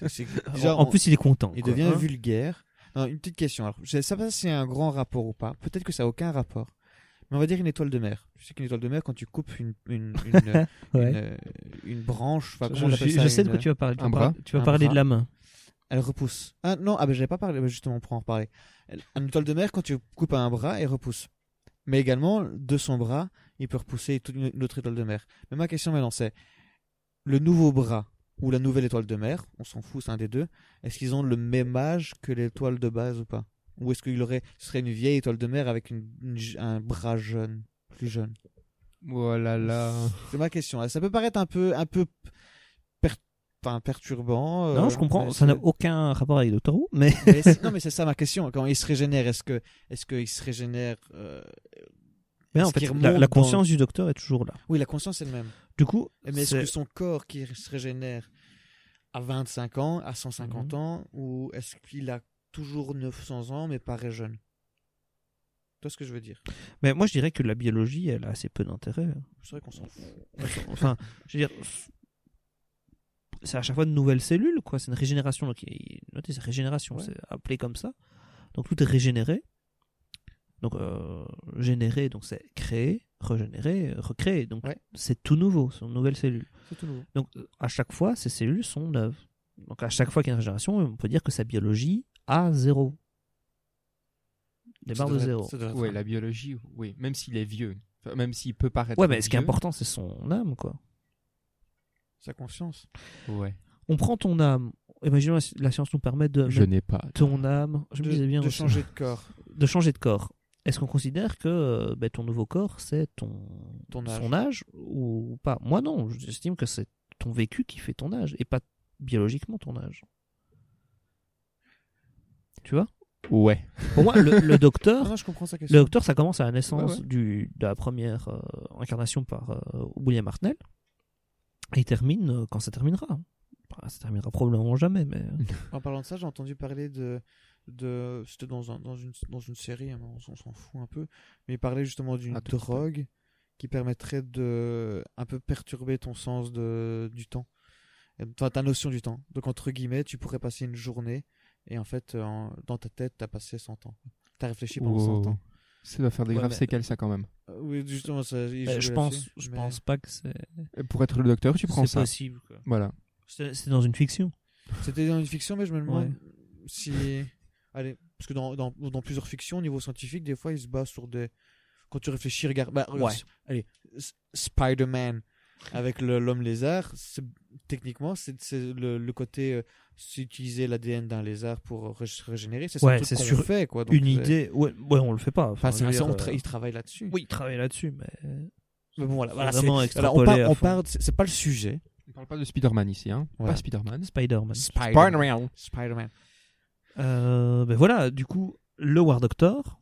S3: C'est- c'est-
S1: En-
S3: déjà,
S1: En
S3: on-
S1: plus, il est content.
S3: il
S1: quoi,
S3: devient
S1: hein.
S3: vulgaire. Non, une petite question. Alors, je sais pas si c'est un grand rapport ou pas. Peut-être que ça a aucun rapport. Mais on va dire une étoile de mer. Tu sais qu'une étoile de mer, quand tu coupes une une une,
S1: Ouais.
S3: une, euh, une branche, enfin,
S1: Je,
S3: comment on
S1: je-
S3: appelle ça,
S1: je sais de
S3: une-
S1: quoi tu vas parler. Tu
S2: un
S1: vas, par-
S2: bras,
S1: tu vas
S3: un
S1: parler
S3: bras.
S1: de la main.
S3: Elle repousse. Ah non, ah ben j'avais pas parlé. Ben, Justement, on pourra en reparler. Elle- Une étoile de mer, quand tu coupes un bras, elle repousse. Mais également, de son bras, il peut repousser toute une une autre étoile de mer. Mais ma question maintenant, c'est le nouveau bras ou la nouvelle étoile de mer, on s'en fout, c'est un des deux. Est-ce qu'ils ont le même âge que l'étoile de base ou pas Ou est-ce qu'il aurait, ce serait une vieille étoile de mer avec une- une j- un bras jeune, plus jeune
S2: Voilà Oh là.
S3: C'est ma question. Ça peut paraître un peu, un peu per- enfin, perturbant.
S1: Non,
S3: euh,
S1: je comprends,
S3: mais
S1: ça n'a
S3: c'est-
S1: aucun rapport avec Doctor Who, mais
S3: Mais c'est- non, mais c'est ça ma question. Quand il se régénère, est-ce que, est-ce qu'il se régénère euh,
S1: Mais en
S3: Ce qui
S1: fait,
S3: remonte
S1: la, la
S3: dans-
S1: conscience du docteur est toujours là.
S3: Oui, la conscience est la même.
S1: Du coup,
S3: Mais est-ce
S1: c'est-
S3: que son corps qui se régénère à 25 ans, à 150
S1: Mhm.
S3: ans, ou est-ce qu'il a toujours 900 ans mais paraît jeune Tu vois ce que je veux dire
S1: mais moi je dirais que la biologie, elle a assez peu d'intérêt.
S3: C'est vrai qu'on s'en fout.
S1: Enfin, je veux dire, c'est à chaque fois de nouvelles cellules, quoi. C'est une régénération. Donc, il- notez, c'est régénération,
S2: Ouais.
S1: c'est appelé comme ça. Donc tout est régénéré. Donc euh, généré, donc c'est créé, régénéré, recréé. Donc
S3: Ouais.
S1: c'est tout nouveau, c'est une nouvelle cellule.
S3: C'est tout nouveau.
S1: Donc euh, à chaque fois, ces cellules sont neuves. Donc à chaque fois qu'il y a une régénération, on peut dire que sa biologie a zéro. Démarre
S3: Ça
S1: de
S3: devrait-
S1: zéro.
S3: ça devrait être
S2: Ouais,
S3: un-
S2: la biologie, oui. Même s'il est vieux. Enfin, même s'il peut paraître.
S1: Ouais, mais ce qui est
S2: vieux.
S1: important, c'est son âme, quoi.
S3: Sa conscience.
S2: Ouais.
S1: On prend ton âme. Imaginons la, la science nous permet de
S2: Je
S1: mettre
S2: n'ai pas.
S1: ton âme. Je me
S3: de,
S1: disais bien
S3: de
S1: aussi.
S3: changer de corps.
S1: de changer de corps. Est-ce qu'on considère que euh, ben, ton nouveau corps, c'est ton,
S3: Ton âge.
S1: son âge ou pas Moi, non. J'estime que c'est ton vécu qui fait ton âge et pas biologiquement ton âge. Tu vois
S2: Ouais.
S1: Pour moi, le- le docteur,
S3: Ah Non, non, je comprends sa question.
S1: Le Docteur, ça commence à la naissance
S2: Ouais, ouais.
S1: Du, de la première euh, incarnation par euh, William Hartnell. Et il termine euh, quand ça terminera. Bah, ça terminera probablement jamais, mais.
S3: En parlant de ça, j'ai entendu parler de. de C'était dans, un- dans, une, dans une série, hein, on, s'en- on s'en fout un peu. Mais il parlait justement d'une
S2: Ah, tout petit peu.
S3: drogue qui permettrait de un peu perturber ton sens de, du temps. Enfin, ta notion du temps. Donc, entre guillemets, tu pourrais passer une journée et en fait, euh, en- dans ta tête, t'as passé 100 ans. T'as réfléchi pendant 100
S2: Wow.
S3: ans.
S2: Ça doit faire des
S3: Ouais,
S2: graves
S3: mais-
S2: séquelles, ça, quand même.
S3: Euh, Oui, justement, ça. il
S1: Euh,
S3: jouait
S1: je pense,
S3: là-dessus,
S1: je
S3: mais-
S1: pense pas que c'est
S2: Et Euh, Pour être le docteur, tu prends
S1: c'est
S2: ça.
S1: possible. quoi.
S2: Voilà.
S1: C'est c'est dans une fiction.
S3: C'était dans une fiction, mais je me demande
S1: Ouais.
S3: si. Allez, parce que dans, dans, dans plusieurs fictions, au niveau scientifique, des fois, ils se basent sur des. Quand tu réfléchis, regarde. Bah,
S1: Ouais.
S3: s- Allez, S- Spider-Man. avec le- l'homme lézard, c'est- techniquement, c'est c'est le, le côté euh, s'utiliser l'ADN d'un lézard pour ré- régénérer, c'est
S1: Ouais,
S3: surtout
S1: c'est
S3: qu'on
S1: sur
S3: fait quoi. Donc,
S1: Une
S3: c'est-
S1: idée. Ouais, ouais, on le fait pas.
S3: Enfin,
S1: je
S3: c'est
S1: veux
S3: ça,
S1: dire,
S3: on tra-
S1: euh,
S3: ils travaillent là-dessus.
S1: Oui, travailler là-dessus, mais. euh,
S3: Mais bon, voilà, voilà,
S1: Vraiment
S3: c'est- voilà, on
S1: extrapoler
S3: parle,
S1: à
S3: on
S1: fond.
S3: parle- c'est c'est pas le sujet.
S2: On parle pas de Spider-Man ici, hein.
S3: Voilà.
S2: Pas Spider-Man.
S1: Spider-Man.
S3: Spider-Man. Spider-Man.
S1: Euh, ben voilà, du coup, le War Doctor,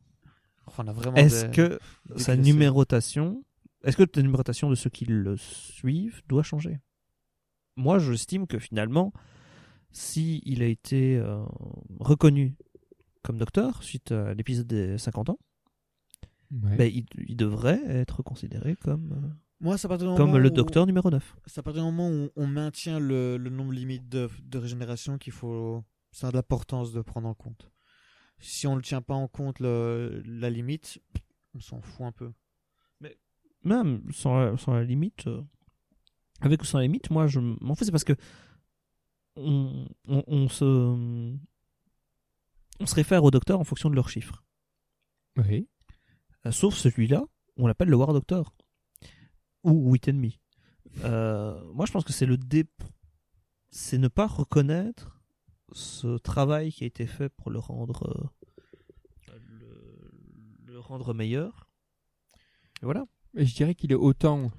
S3: Enfin, Oh, on a vraiment
S1: est-ce
S3: des-
S1: que
S3: des
S1: sa
S3: classés.
S1: numérotation, est-ce que la numérotation de ceux qui le suivent doit changer Moi, j'estime que finalement, si il a été euh, reconnu comme docteur suite à l'épisode des 50 ans,
S2: Ouais.
S1: ben, il, il devrait être considéré comme,
S3: Moi, ça part du
S1: euh,
S3: moment
S1: comme le
S3: où-
S1: docteur numéro 9.
S3: C'est à partir du moment où on maintient le, le nombre limite de, de régénération qu'il faut. C'est de l'importance de prendre en compte. Si on ne tient pas en compte le- la limite, on s'en fout un peu.
S1: Même sans la, sans la limite, euh, avec ou sans la limite, moi, je m'en fous, c'est parce que on, on- on se, on se réfère au docteur en fonction de leurs chiffres.
S2: Oui.
S1: Euh, Sauf celui-là, on l'appelle le War Doctor. Ou 8 Enemy. Euh, moi, je pense que c'est le dé... C'est ne pas reconnaître ce travail qui a été fait pour le rendre... euh, le, le rendre meilleur. Et voilà.
S2: Mais Je dirais qu'il est autant,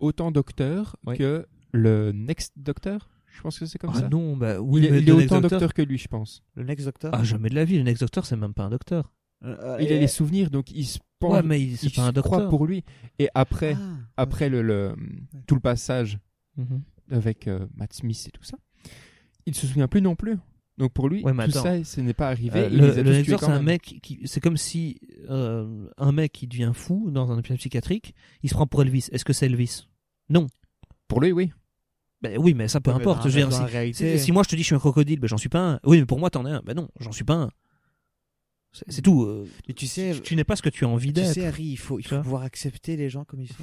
S2: autant docteur
S1: Oui.
S2: que le next docteur. Je pense que c'est comme
S1: ah
S2: ça.
S1: non, bah oui,
S2: Il est,
S1: mais
S2: il
S1: le
S2: est
S1: Next
S2: autant
S1: Doctor-
S2: docteur. que lui, je pense.
S3: Le next docteur
S1: Ah, jamais de la vie, le Next Doctor, c'est même pas un docteur.
S3: Euh,
S2: Il
S3: euh,
S2: a les souvenirs, donc il se pense.
S1: ouais, mais il-
S2: il
S1: c'est pas un
S2: se croit
S1: docteur.
S2: pour lui. Et après,
S3: Ah.
S2: après le, le- tout le passage
S1: Mhm.
S2: avec euh, Matt Smith et tout ça, il se souvient plus non plus. Donc pour lui,
S1: Ouais, mais
S2: tout
S1: attends.
S2: ça, ce n'est pas arrivé.
S1: Euh,
S2: il les
S1: le, le
S2: a tous
S1: Nexor,
S2: tués quand
S1: c'est un
S2: même.
S1: mec qui, c'est comme si euh, un mec qui devient fou dans un hôpital psychiatrique, il se prend pour Elvis. Est-ce que c'est Elvis
S2: Pour lui, oui.
S1: Ben oui, mais ça peu
S3: Ouais, mais
S1: importe.
S3: dans-
S1: Je veux dire,
S3: dans
S1: si,
S3: la réalité-
S1: si- si moi je te dis je suis un crocodile, ben j'en suis pas un. Oui, mais pour moi t'en es un. Ben non, j'en suis pas un. C'est, c'est tout. euh,
S3: Mais tu sais,
S1: tu, tu n'es pas ce que tu as envie
S3: tu
S1: d'être.
S3: sais, Harry, il faut, il
S1: Tu
S3: faut
S1: vois
S3: pouvoir accepter les gens comme ils sont.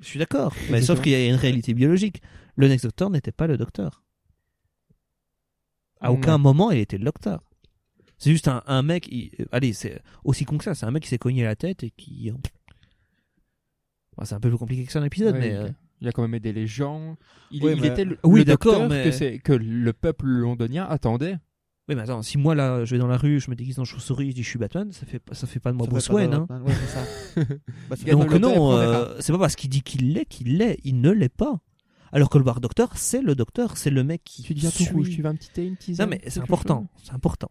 S1: Je suis d'accord. Mais
S2: Exactement.
S1: sauf qu'il y a une réalité biologique. Le Next Doctor n'était pas le docteur. À aucun
S2: Ouais.
S1: moment, il était le docteur. C'est juste un, un mec. il- euh, allez, c'est aussi con que ça. C'est un mec qui s'est cogné la tête et qui. euh, Enfin, c'est un peu plus compliqué que ça un épisode,
S2: Ouais,
S1: mais.
S2: ok.
S1: euh,
S2: Il a quand même aidé les gens. Il,
S3: Ouais,
S2: il
S3: mais-
S2: était le,
S1: Oui,
S2: le
S1: d'accord,
S2: docteur
S1: mais-
S2: que, c'est- que le peuple londonien attendait.
S1: Oui, mais attends, si moi là, je vais dans la rue, je me déguise en chauve-souris, je dis je suis Batman, ça fait, pas- ça fait pas de moi
S3: Ça fait
S1: Bruce
S3: pas de-
S1: Wayne. Hein.
S3: Ouais, c'est ça. Bah, c'est-
S2: Gagne
S1: Donc
S2: le loto
S1: non,
S2: et prends des
S1: euh,
S2: rats.
S1: c'est pas parce qu'il dit qu'il l'est qu'il l'est, il ne l'est pas. Alors que le War Doctor, c'est le docteur, c'est le mec qui
S2: Tu deviens tout
S1: suit.
S2: rouge, tu veux un petit thé, une tisane
S1: Non mais c'est
S2: quelque
S1: important, c'est important.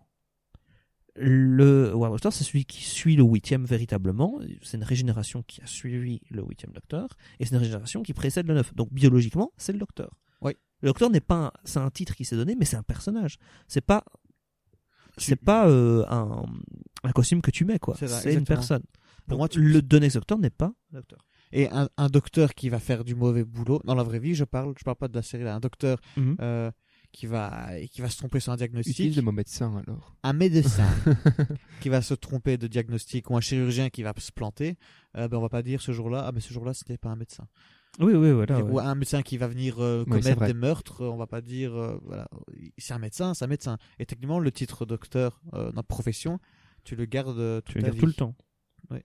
S1: Le War Doctor, c'est celui qui suit le huitième véritablement. C'est une régénération qui a suivi le huitième Docteur, et c'est une régénération qui précède le neuf. Donc biologiquement, c'est le Docteur.
S3: Oui.
S1: Le Docteur n'est pas, un- c'est un titre qui s'est donné, mais c'est un personnage. C'est pas,
S3: Tu-
S1: c'est pas euh, un, un costume que tu mets quoi.
S3: C'est vrai,
S1: C'est une
S3: exactement.
S1: personne.
S3: Pour
S1: Donc,
S3: moi, tu-
S1: le The Next Doctor n'est pas Docteur.
S3: Et un, un docteur qui va faire du mauvais boulot, dans la vraie vie, je parle, je parle pas de la série là, un docteur
S1: Mhm.
S3: euh, qui, va, qui va se tromper sur un
S2: chose. Utilise
S3: diagnostic,
S2: le mot médecin alors.
S3: un médecin qui va se tromper de diagnostic ou un chirurgien qui va se planter, euh, ben on va pas dire ce jour-là, ah mais ce jour-là c'était pas un médecin.
S1: Oui, oui, voilà.
S3: Ou un médecin qui va venir euh,
S2: Oui, c'est
S3: commettre
S2: vrai.
S3: des meurtres, euh, on va pas dire euh, voilà, c'est un médecin, c'est un médecin. Et techniquement le titre docteur euh, dans la profession, tu le gardes euh, toute
S1: Tu veux
S3: ta
S1: dire
S3: vie.
S1: tout le temps.
S3: Ouais.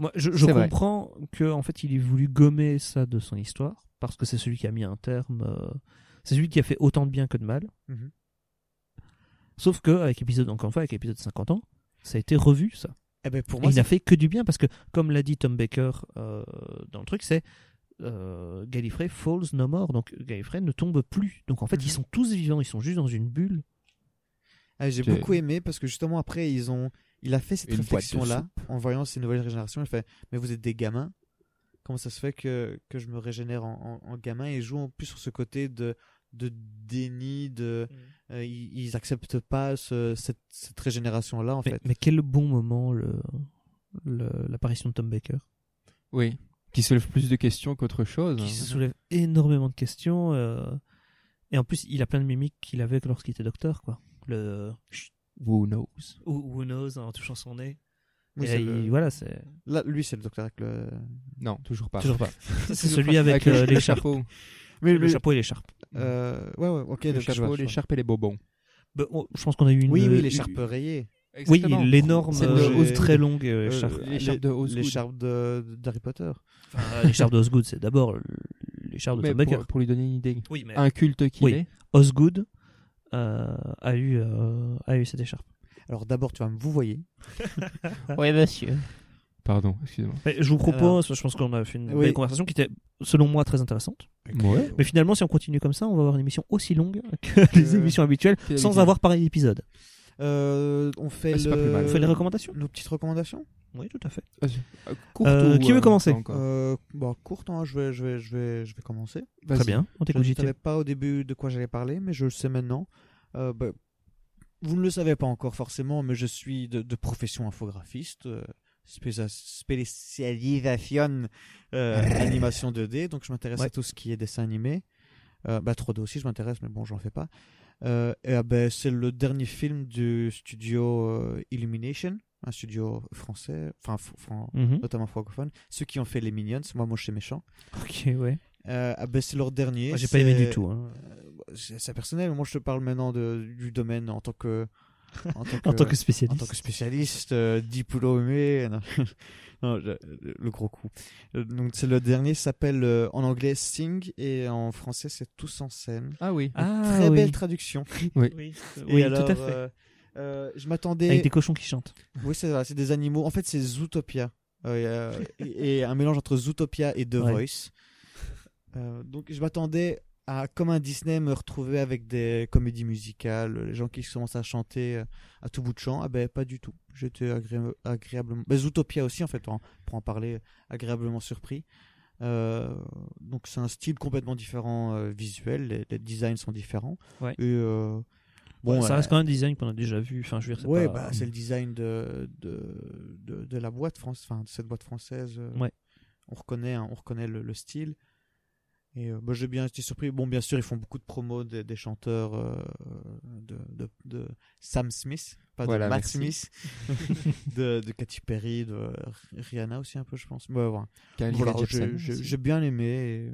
S1: Moi, je, je
S2: C'est vrai.
S1: comprends que en fait, il ait voulu gommer ça de son histoire parce que c'est celui qui a mis un terme. euh, c'est celui qui a fait autant de bien que de mal.
S3: Mhm.
S1: Sauf que avec épisode encore une fois, avec épisode 50 ans, ça a été revu ça.
S3: Eh ben pour
S1: Et
S3: moi
S1: il n'a
S3: c'est
S1: fait que du bien parce que, comme l'a dit Tom Baker euh, dans le truc, c'est euh, Gallifrey falls no more, donc Gallifrey ne tombe plus. Donc en fait,
S3: Mhm.
S1: ils sont tous vivants, ils sont juste dans une bulle.
S3: Ah, j'ai
S2: J'ai-
S3: beaucoup aimé parce que justement après ils ont il a fait cette
S2: Une boîte de
S3: réflexion là en voyant ces nouvelles régénérations il fait mais vous êtes des gamins comment ça se fait que, que je me régénère en, en- en gamin et joue en plus sur ce côté de de déni de euh, ils, ils acceptent pas ce- cette, cette régénération là en
S1: Mais,
S3: fait
S1: mais quel bon moment le le- l'apparition de Tom Baker.
S2: Oui. Qui soulève plus de questions qu'autre chose. hein.
S1: qui soulève énormément de questions. euh, et en plus, il a plein de mimiques qu'il avait lorsqu'il était docteur, quoi. Le euh,
S2: Who knows
S1: who, who knows en touchant son nez. Et
S3: Oui, c'est
S1: il-
S3: le-
S1: voilà, c'est
S3: là lui c'est le docteur avec le
S2: Non, toujours pas.
S1: toujours pas. C'est celui avec euh,
S2: les
S1: l'écharpe,
S2: chapeaux.
S3: mais,
S1: le chapeau et l'écharpe.
S3: euh, ouais ouais ok
S2: Les
S3: donc je vois,
S2: chapeaux,
S3: je vois.
S2: l'écharpe et les bobons.
S1: Ben, on- je pense qu'on a eu une.
S3: oui oui
S1: une-
S3: l'écharpe rayée
S1: Oui,
S2: Exactement.
S1: l'énorme
S2: C'est
S1: euh,
S2: le-
S1: hausse
S2: euh,
S1: très longue euh,
S3: Euh,
S1: écharpe.
S2: l'écharpe de Osgood.
S3: l'écharpe de- d'Harry Potter
S1: Enfin, euh, l'écharpe de Osgood, c'est d'abord les chars de
S2: Mais
S1: Tom Baker.
S2: pour, pour lui donner une idée,
S1: Oui, mais
S2: un culte qu'il
S1: Oui.
S2: est.
S1: Osgood euh, a, eu, euh, a eu cette écharpe.
S3: Alors d'abord, tu vas me vous voyez.
S4: Oui, monsieur.
S2: Pardon, excusez-moi.
S1: Mais je vous propose, je pense qu'on a fait une
S3: Oui.
S1: belle conversation qui était, selon moi, très intéressante.
S2: Ouais.
S1: Mais finalement, si on continue comme ça, on va avoir une émission aussi longue que les
S3: Euh,
S1: émissions habituelles,
S2: que
S1: sans
S2: d'habitude.
S1: avoir pareil d'épisode.
S3: Euh, on fait
S2: Ah, c'est pas plus mal.
S1: On
S2: Euh,
S1: fait les recommandations
S3: nos petites recommandations.
S1: Oui, tout à fait.
S2: Euh, courte
S1: Euh,
S2: ou,
S1: qui veut commencer
S2: pas encore
S3: Euh, bon, courte, hein, je vais, je vais, je vais, je vais commencer.
S2: Vas-y.
S1: Très bien, on
S3: Je
S1: t'écoute
S3: ne
S1: JT.
S3: savais pas au début de quoi j'allais parler, mais je le sais maintenant. Euh, bah, vous ne le savez pas encore forcément, mais je suis de, de profession infographiste, euh, spécia- spécialisation euh, animation 2D, donc je m'intéresse
S1: Ouais.
S3: à tout ce qui est dessin animé. Euh, bah, 3D aussi, je m'intéresse, mais bon, j'en fais pas. Euh, et, ah, bah, c'est le dernier film du studio euh, Illumination, un studio français, enfin, fr- fran-
S1: Mhm.
S3: notamment francophone. Ceux qui ont fait les Minions, moi, moi, je suis méchant.
S1: Ok, ouais.
S3: Euh, ah, bah, c'est leur dernier.
S1: Moi, J'ai pas aimé
S3: c'est-
S1: du tout. hein.
S3: euh, c'est c'est personnel. Moi, je te parle maintenant de, du domaine en tant que en tant que,
S1: En tant que
S3: en
S1: spécialiste.
S3: tant que spécialiste, euh, diplômé. Non, non, je- le gros coup. Euh, Donc, c'est le dernier. S'appelle euh, en anglais Sing et en français c'est Tous en scène.
S2: Ah oui.
S1: Ah,
S3: Très
S1: oui.
S3: belle traduction.
S1: Oui,
S3: Et alors,
S1: tout à fait.
S3: euh, euh, je
S1: Avec
S3: m'attendais.
S1: des cochons qui chantent.
S3: Oui, c'est ça, c'est des animaux. En fait, c'est Zootopia. Euh, et, euh, et- et un mélange entre Zootopia et The
S1: Ouais.
S3: Voice. Euh, donc, je m'attendais à, comme un Disney, me retrouver avec des comédies musicales, les gens qui commencent à chanter euh, à tout bout de champ. Ah ben, pas du tout. J'étais agré- agréablement. Ben, Zootopia aussi, en fait, hein, pour en parler, agréablement surpris. Euh, donc, c'est un style complètement différent euh, visuel. Les, les designs sont différents.
S1: Ouais.
S3: Et, euh, bon,
S1: ça
S3: euh,
S1: reste quand même un design qu'on a déjà vu. Enfin, je veux dire, c'est
S3: Ouais,
S1: pas-
S3: bah, c'est le design de, de, de, de la boîte française, enfin de cette boîte française. euh,
S1: Ouais.
S3: On reconnaît, hein, on reconnaît le, le style. Et euh, bah, j'ai bien été surpris. Bon, bien sûr, ils font beaucoup de promos des, des chanteurs euh, de, de, de Sam Smith, pas
S2: Voilà,
S3: de Matt
S2: merci.
S3: Smith, de, de Katy Perry, de Rihanna aussi un peu, je pense. Ouais, voilà.
S2: Khalil
S3: Voilà,
S2: Jackson,
S3: j'ai j'ai-
S2: aussi.
S3: j'ai bien aimé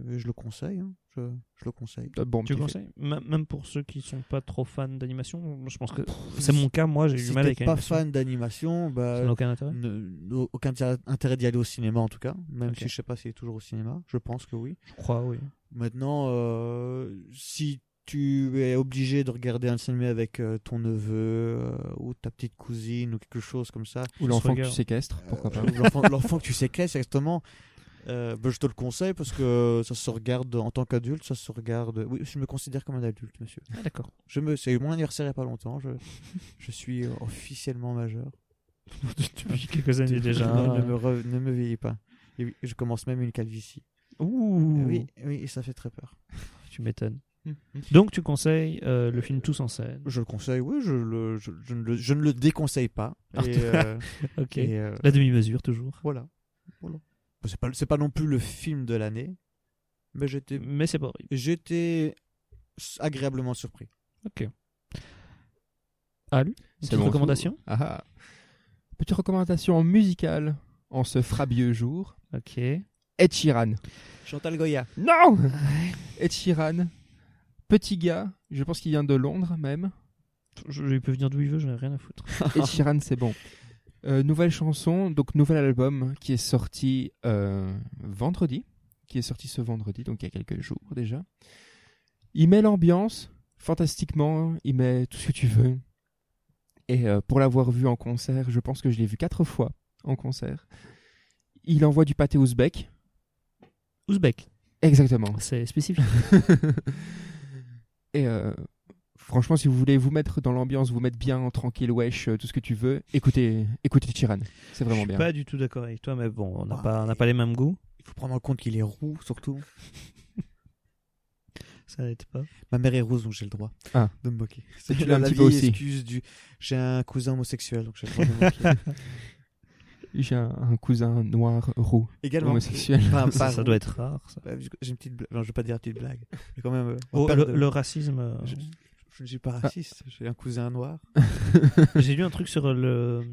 S3: et, et je le conseille. hein, je, je le conseille.
S2: Ah, Bon,
S1: Tu
S2: petit
S1: conseilles M- Même pour ceux qui sont pas trop fans d'animation, je pense que c'est mon cas. Moi, j'ai eu
S3: Si
S1: du mal
S3: t'es
S1: avec
S3: pas
S1: l'animation.
S3: fan d'animation, bah,
S1: Ça n'a aucun intérêt.
S3: Ne- aucun tir- intérêt d'y aller au cinéma en tout cas, même
S1: Ok.
S3: si je sais pas s'il est toujours au cinéma, je pense que oui.
S1: Je crois, oui.
S3: Maintenant, euh, si tu es obligé de regarder un cinéma avec euh, ton neveu euh, ou ta petite cousine ou quelque chose comme ça,
S2: Ou l'enfant que tu
S1: Regarde.
S2: séquestres, pourquoi pas.
S3: euh, l'enfant- l'enfant que tu sécrètes exactement, euh, ben, je te le conseille parce que ça se regarde en tant qu'adulte, ça se regarde. Oui, je me considère comme un adulte, monsieur.
S1: Ah, d'accord.
S3: Je me, c'est mon anniversaire il y a pas longtemps, je, je suis officiellement majeur.
S1: Depuis quelques années
S3: Non, ne,
S1: déjà.
S3: me re- ne me vieillis pas. Et oui, je commence même une calvitie.
S1: Ouh,
S3: Oui, oui, et ça fait très peur.
S1: tu m'étonnes. Donc, tu conseilles euh, le film Tous en scène.
S3: Je le conseille, oui, je, le, je, je ne, le, je ne le déconseille pas.
S1: Ah,
S3: Et, euh,
S1: Ok.
S3: et, euh,
S1: La demi-mesure, toujours.
S3: voilà. Voilà. C'est pas, c'est pas non plus le film de l'année, mais j'étais,
S1: Mais c'est pas horrible.
S3: j'étais s- agréablement surpris.
S1: Une
S2: C'est
S1: petite
S2: bon.
S1: recommandation
S2: Ah, ah. Petite recommandation musicale en ce frabieux jour.
S1: Ok.
S2: Ed Sheeran.
S3: Chantal Goya.
S2: Non Ed Sheeran, petit gars, je pense qu'il vient de Londres même.
S1: Je, il peut venir d'où il veut, j'en ai rien à foutre.
S2: Ed Sheeran, c'est bon. Euh, nouvelle chanson, donc nouvel album qui est sorti euh, vendredi, qui est sorti ce vendredi, donc il y a quelques jours déjà. Il met l'ambiance, fantastiquement, il met tout ce que tu veux. Et euh, pour l'avoir vu en concert, je pense que je l'ai vu quatre fois en concert. Il envoie du pâté ouzbek.
S1: Ouzbek,
S2: Exactement.
S1: c'est spécifique.
S2: Et euh, franchement, si vous voulez vous mettre dans l'ambiance, vous mettre bien, tranquille, wesh, euh, tout ce que tu veux, écoutez, écoutez Chiran. C'est
S1: Je
S2: vraiment
S1: suis
S2: bien.
S1: pas du tout d'accord avec toi, mais bon, on n'a
S3: Ouais.
S1: pas, on n'a pas les mêmes goûts.
S3: Il faut prendre en compte qu'il est roux, surtout.
S1: Ça n'aide pas.
S3: Ma mère est rose, donc j'ai le droit
S2: Ah.
S3: de me moquer. C'est
S2: tu
S3: la,
S2: l'as un
S3: la
S2: petit peu
S3: vieille
S2: aussi.
S3: excuse du j'ai un cousin homosexuel, donc j'ai le droit de me moquer.
S2: J'ai un, un cousin noir, roux,
S3: Également.
S2: homosexuel.
S3: Enfin,
S1: Ça,
S3: pas
S1: ça doit être rare. ça.
S3: Ouais, Bah, parce que J'ai une petite blague. Non, je vais pas dire une petite blague. Mais quand même. euh, on
S1: Oh,
S3: parle
S1: le,
S3: de-
S1: le Ah. racisme. euh,
S3: Je- Je ne suis pas raciste. J'ai un cousin noir.
S1: J'ai lu un truc sur euh, le,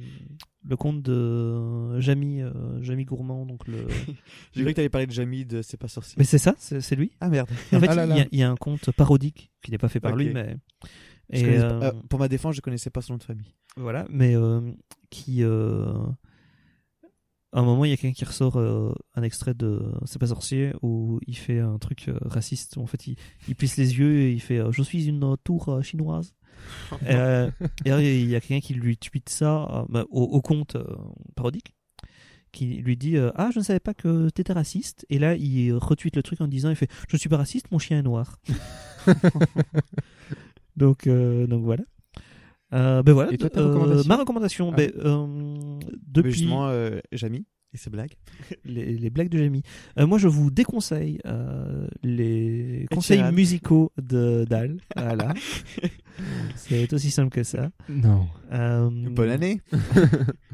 S1: le compte de Jamie, euh, Jamie Gourmand. Donc le...
S3: J'ai cru que t'allais parler de Jamie de C'est pas sorcier.
S1: Mais c'est ça, c'est c'est lui.
S3: Ah merde.
S1: En fait,
S2: Ah là
S1: il,
S2: là.
S1: y a, il y a un compte parodique qui n'est pas fait par
S3: Ok.
S1: lui, mais.
S3: Je
S1: et,
S3: connaissais
S1: euh,
S3: pas- euh, pour ma défense, je connaissais pas son nom de famille.
S1: Voilà, mais euh, qui. euh, à un moment, il y a quelqu'un qui ressort euh, un extrait de C'est pas sorcier où il fait un truc euh, raciste. où, en fait, il, il plisse les yeux et il fait euh, Je suis une euh, tour euh, chinoise. et, euh, et alors, il y a quelqu'un qui lui tweet ça euh, bah, au, au compte euh, parodique qui lui dit euh, Ah, je ne savais pas que t'étais raciste. Et là, il retweet le truc en disant Il fait Je ne suis pas raciste, mon chien est noir. donc, euh, donc voilà. Euh, ben voilà,
S2: Et toi, ta
S1: euh,
S2: recommandation
S1: ma recommandation,
S2: Ah.
S1: ben, euh,
S3: Mais
S1: depuis
S3: justement, euh, Jamy et ses blagues.
S1: les, les blagues de Jamie. Euh, moi, je vous déconseille euh, les
S3: Ed
S1: conseils
S3: Sheeran.
S1: musicaux de Dal. Voilà. C'est aussi simple que ça.
S2: Non.
S1: Euh,
S3: Bonne année.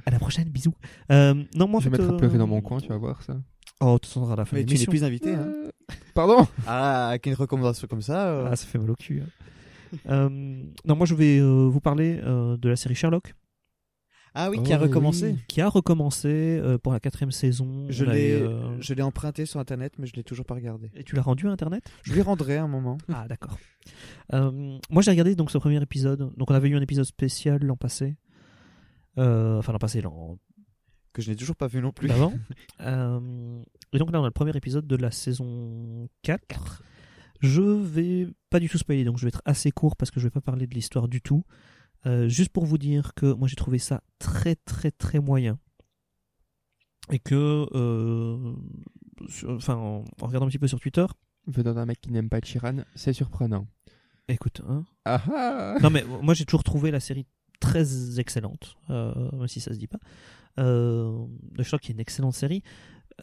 S1: À la prochaine, bisous. Euh, non, moi, en
S2: je vais
S1: fait,
S2: mettre à
S1: euh,
S2: pleurer dans mon coin, tu vas voir ça.
S1: Oh, tu sentras à la fin
S3: Mais
S1: de
S3: tu n'es
S1: l'émission.
S3: plus invité. Hein.
S2: Pardon
S3: Ah, avec une recommandation comme ça. euh,
S1: Euh. Ah, ça fait mal au cul. hein. Euh, non, moi, je vais euh, vous parler euh, de la série Sherlock,
S3: Ah oui, qui a
S2: Oh,
S3: recommencé.
S2: oui.
S1: qui a recommencé euh, pour la quatrième saison.
S3: Je
S1: On a
S3: l'ai,
S1: eu, euh,
S3: je l'ai emprunté sur internet, mais je l'ai toujours pas regardé.
S1: Et tu l'as rendu à Internet
S3: Je lui rendrai un moment.
S1: Ah d'accord. Euh, moi j'ai regardé donc ce premier épisode. Donc on avait eu un épisode spécial l'an passé. Euh, enfin l'an passé, l'an
S3: Que je n'ai toujours pas vu non plus.
S1: d'avant. Euh, et donc là on a le premier épisode de la saison 4. Je vais pas du tout spoiler, donc je vais être assez court parce que je vais pas parler de l'histoire du tout. Euh, juste pour vous dire que moi j'ai trouvé ça très très très moyen. Et que, euh, sur- enfin, en, en regardant un petit peu sur Twitter,
S2: Venant d'un mec qui n'aime pas Chiran, c'est surprenant.
S1: écoute, hein,
S2: Ah ah
S1: Non, mais moi j'ai toujours trouvé la série très excellente, euh, même si ça se dit pas. Euh, je trouve qu'il y a une excellente série.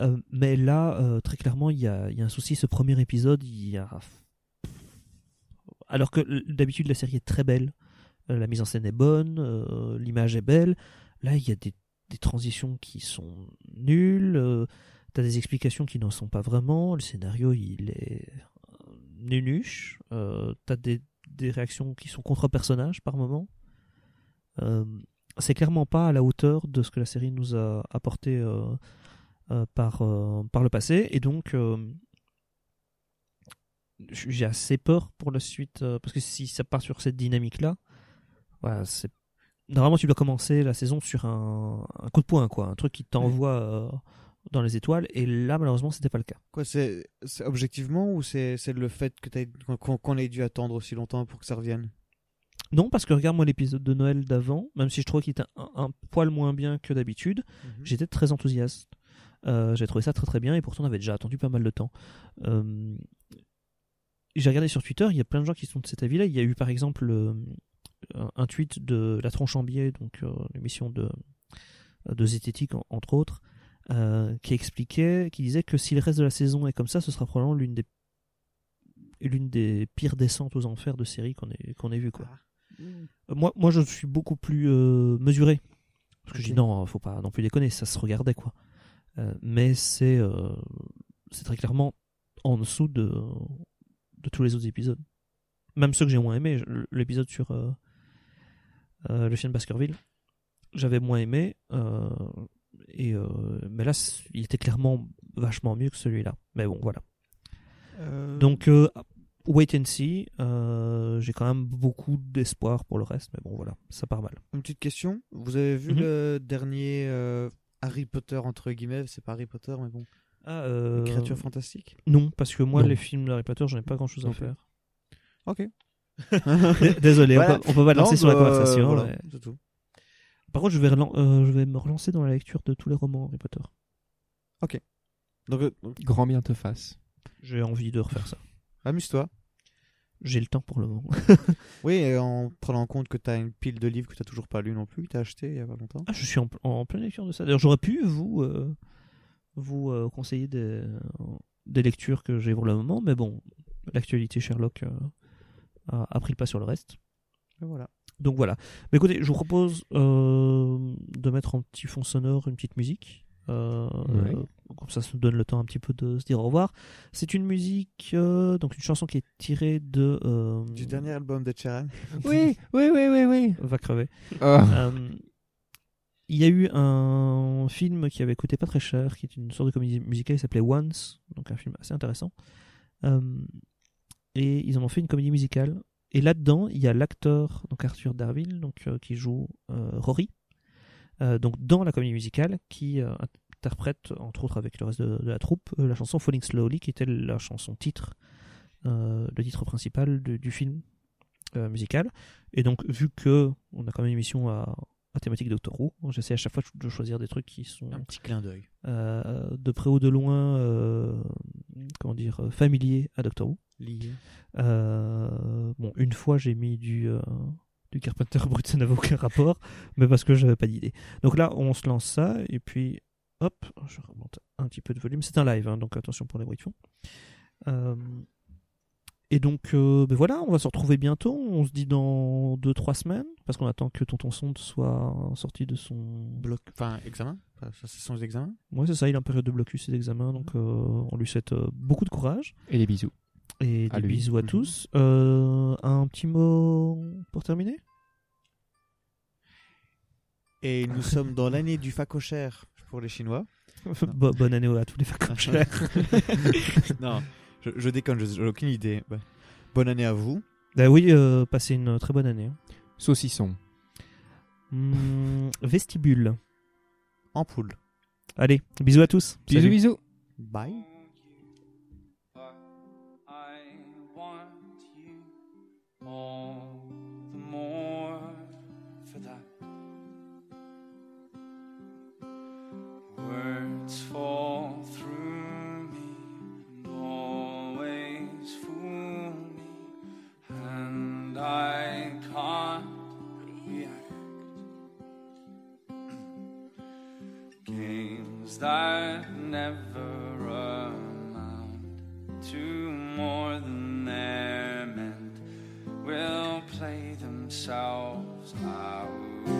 S1: Euh, mais là, euh, très clairement, il y, a, il y a un souci. Ce premier épisode, il y a. Alors que l- d'habitude, la série est très belle. Euh, la mise en scène est bonne, euh, l'image est belle. Là, il y a des, des transitions qui sont nulles. euh, T'as des explications qui n'en sont pas vraiment. Le scénario, il est euh, nunuche. Euh, T'as des, des réactions qui sont contre-personnages par moment. Euh, c'est clairement pas à la hauteur de ce que la série nous a apporté euh, euh, par, euh, par le passé. Et donc, euh, j'ai assez peur pour la suite. euh, parce que si ça part sur cette dynamique-là, voilà, c'est. Normalement, tu dois commencer la saison sur un, un coup de poing, quoi, un truc qui t'envoie euh, dans les étoiles. Et là, malheureusement, c'était pas le cas.
S3: Quoi, c'est, c'est objectivement ou c'est, c'est le fait que t'as- qu'on, qu'on ait dû attendre aussi longtemps pour que ça revienne
S1: Non, parce que regarde-moi l'épisode de Noël d'avant, même si je trouvais qu'il était un, un poil moins bien que d'habitude,
S3: Mhm.
S1: j'étais très enthousiaste. Euh, j'ai trouvé ça très très bien et pourtant on avait déjà attendu pas mal de temps. Euh, j'ai regardé sur Twitter, il y a plein de gens qui sont de cet avis-là. Il y a eu par exemple euh, un- un tweet de La Tronche en biais, donc euh, l'émission de, de Zététique en- entre autres, euh, qui expliquait, qui disait que si le reste de la saison est comme ça, ce sera probablement l'une des l'une des pires descentes aux enfers de série qu'on ait, qu'on ait vu quoi. Euh, Moi, moi, je suis beaucoup plus euh, mesuré. Parce que je dis
S3: Ok.
S1: non, hein, faut pas non plus déconner, ça se regardait quoi. Euh, mais c'est euh, c'est très clairement en dessous de, de tous les autres épisodes. Même ceux que j'ai moins aimés. Je- L'épisode sur euh, euh, le chien de Baskerville, j'avais moins aimé. euh, et, euh, mais là, c'est- il était clairement vachement mieux que celui-là. Mais bon, voilà. Donc, euh, wait and see. Euh, J'ai quand même beaucoup d'espoir pour le reste, mais bon, voilà, ça part mal.
S3: Une petite question. Vous avez vu
S1: Mhm.
S3: le dernier euh, Harry Potter, entre guillemets C'est pas Harry Potter, mais bon.
S1: Ah,
S3: Créature fantastique
S1: non, parce que moi,
S2: Non.
S1: les films d'Harry Potter, j'en ai pas grand chose à
S3: Non plus.
S1: faire.
S3: Ok.
S1: Désolé,
S3: Voilà.
S1: on, peut, on peut pas lancer
S3: Non,
S1: sur la
S3: bah,
S1: conversation.
S3: voilà,
S1: mais-
S3: c'est tout.
S1: euh, Par contre, je vais, relan- euh, je vais me relancer dans la lecture de tous les romans Harry Potter.
S3: Donc, euh, donc,
S2: Grand bien te fasse.
S1: J'ai envie de refaire ça.
S3: amuse-toi.
S1: J'ai le temps pour le moment.
S3: Oui, et en prenant en compte que t'as une pile de livres que t'as toujours pas lu non plus, que t'as acheté il y a pas longtemps.
S1: Ah, je suis en, pl- en pleine lecture de ça. D'ailleurs, j'aurais pu vous, euh, vous euh, conseiller des, des lectures que j'ai pour le moment, mais bon, l'actualité Sherlock euh, a, a pris le pas sur le reste.
S3: Et voilà.
S1: Donc voilà. Mais écoutez, je vous propose euh, de mettre en petit fond sonore une petite musique. Euh,
S2: Ouais.
S1: euh, Comme ça, ça nous donne le temps un petit peu de se dire au revoir. C'est une musique, euh, donc une chanson qui est tirée de. euh,
S3: Du dernier album de Charan.
S2: Oui, oui, oui, oui, oui.
S1: Va crever.
S2: Ah.
S1: Euh, il y a eu un film qui avait coûté pas très cher, qui est une sorte de comédie musicale, il s'appelait Once, donc un film assez intéressant. Euh, et ils en ont fait une comédie musicale. Et là-dedans, il y a l'acteur, donc Arthur Darville, donc, euh, qui joue euh, Rory, euh, donc dans la comédie musicale, qui, euh, interprète, entre autres avec le reste de, de la troupe, euh, la chanson Falling Slowly, qui était la chanson titre, euh, le titre principal du, du film euh, musical. Et donc, vu que on a quand même une émission à, à thématique Doctor Who, j'essaie à chaque fois de choisir des trucs qui sont
S3: Un petit clin d'œil.
S1: euh, de près ou de loin, euh, comment dire, euh, familiers à Doctor Who.
S3: Lié.
S1: Euh, bon, une fois, j'ai mis du, euh, du Carpenter Brut, ça n'avait aucun rapport, mais parce que j'avais pas d'idée. Donc là, on se lance ça, et puis, hop, je remonte un petit peu de volume. C'est un live, hein, donc attention pour les bruits de fond. Euh, et donc, euh, ben voilà, on va se retrouver bientôt. On se dit dans 2-3 semaines, parce qu'on attend que Tonton Sonde soit sorti de son bloc.
S3: Enfin, examen Enfin, Ça, ce sont les examens
S1: Moi, c'est ça, il est en période de blocus et d'examen, donc euh, on lui souhaite euh, beaucoup de courage.
S2: Et les bisous.
S1: Et
S2: À
S1: des
S2: lui.
S1: bisous à
S3: Mhm.
S1: tous. Euh, un petit mot pour terminer
S3: Et nous sommes dans l'année du facochère pour les Chinois.
S1: Bo- Bonne année à tous les facultaires.
S3: non, je, je déconne, je- j'ai aucune idée. Ouais. Bonne année à vous.
S1: bah oui, euh, passez une très bonne année. hein.
S2: Saucisson.
S1: Hmm, vestibule.
S3: En poule.
S1: Allez, bisous à tous.
S2: Bisous,
S1: Salut.
S2: bisous.
S3: Bye.
S5: I want you all the more for that. Words fall through me and always fool me, and I can't react. Games that never amount two more than they're meant will play themselves out. Oh, Oh,